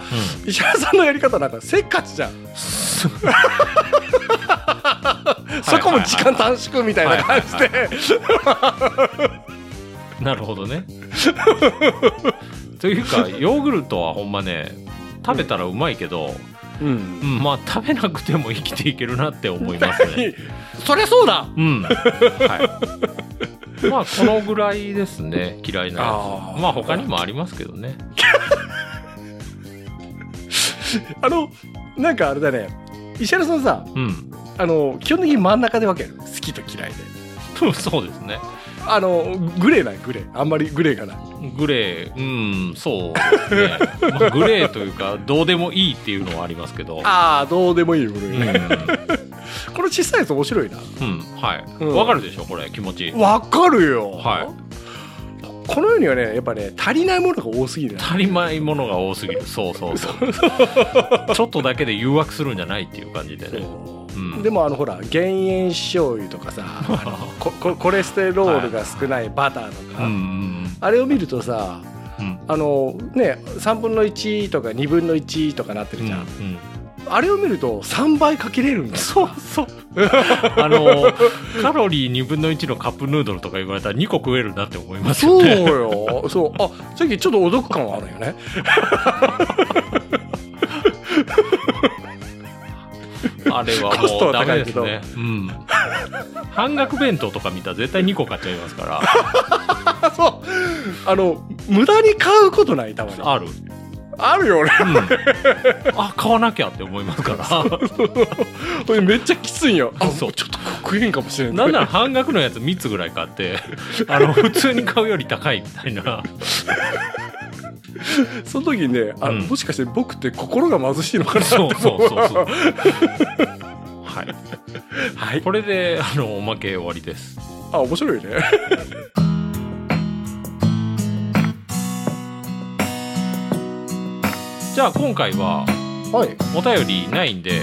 Speaker 3: う
Speaker 2: 石原さんのやり方なんかせっかちじゃん、
Speaker 3: んす
Speaker 2: そこも時間短縮みたいな感じ
Speaker 3: はい
Speaker 2: で
Speaker 3: なるほどね というかヨーグルトはほんまね食べたらうまいけど、
Speaker 2: うん
Speaker 3: うんまあ食べなくても生きていけるなって思います ね
Speaker 2: そりゃそうだ
Speaker 3: うん、はい。まあこのぐらいですね嫌いなや
Speaker 2: あー
Speaker 3: つまあ他にもありますけどね
Speaker 2: あのなんかあれだね石原さんさ
Speaker 3: うん
Speaker 2: あの基本的に真ん中で分ける好きと嫌いで
Speaker 3: そうそうですね
Speaker 2: あのグレーないグレーあんまりグレーがない
Speaker 3: グレーうんそ うですね、まあ、グレーというかどうでもいいっていうのはありますけど
Speaker 2: ああどうでもいいグレ
Speaker 3: う
Speaker 2: ー
Speaker 3: ん、うん
Speaker 2: ね、この小さいやつ面白いな
Speaker 3: はい
Speaker 2: うん
Speaker 3: わかるでしょこれ気持ち
Speaker 2: わかるよ
Speaker 3: は
Speaker 2: この世にはねやっぱね足りないものが多すぎる
Speaker 3: 足りないものが多すぎるそうそうそうちょっとだけで誘惑するんじゃないっていう感じでね、うん、
Speaker 2: でもあのほら減塩醤油とか さあのここコレステロールが少ないバターと
Speaker 3: う
Speaker 2: か、
Speaker 3: んうん
Speaker 2: あれを見るとさ
Speaker 3: うん
Speaker 2: あのね3分の1とか2分の1とかなって
Speaker 3: う
Speaker 2: る
Speaker 3: ん
Speaker 2: じゃん、
Speaker 3: うん
Speaker 2: あれを見ると3倍かけれるんだよ
Speaker 3: そうそう。あの、カロリー2分の1のカップヌードルとか言われたら2個食えるなって思います
Speaker 2: そ
Speaker 3: よ
Speaker 2: う
Speaker 3: ね。
Speaker 2: よそうあ最近ちょっとお得感はあるよね
Speaker 3: あれは
Speaker 2: コスト
Speaker 3: も
Speaker 2: は
Speaker 3: うダ
Speaker 2: 高
Speaker 3: メ
Speaker 2: い
Speaker 3: で
Speaker 2: け
Speaker 3: す
Speaker 2: ど
Speaker 3: ね。うん。半額弁当とか見たら絶対2個買っちゃいますか
Speaker 2: あ そうあの無駄に買うことないたまに
Speaker 3: ら。ある。
Speaker 2: あるよね
Speaker 3: うん。あ、買わなきゃって思いますから。
Speaker 2: これ めっちゃきついんよあ
Speaker 3: そう
Speaker 2: ちょっと食えんかもしれない
Speaker 3: なんなら半額のやつ3つぐらい買って、あの、普通に買うより高いみたいな。
Speaker 2: その時にねあ、
Speaker 3: うん
Speaker 2: もしかして僕って心が貧しいのかな
Speaker 3: そうそうそうそう。 はい。
Speaker 2: はい
Speaker 3: これで、あの、おまけ終わりです。
Speaker 2: あ面白いね
Speaker 3: じゃあ今回は、
Speaker 2: はい
Speaker 3: お便りないんで、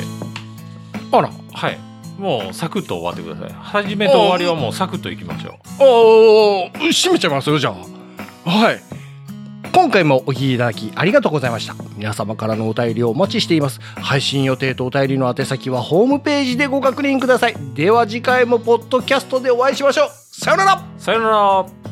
Speaker 2: あら
Speaker 3: はい。もうサクッと終わってください。始めと終わりはもうサクッといきましょ
Speaker 4: おー閉めちゃいますよじゃあはい今回もお聞きいただきありがとうございました皆様からのお便りをお待ちしています配信予定とお便りの宛先はホームページでご確認くださいでは次回もポッドキャストでお会いしましょうさようなら
Speaker 3: う。さよなら。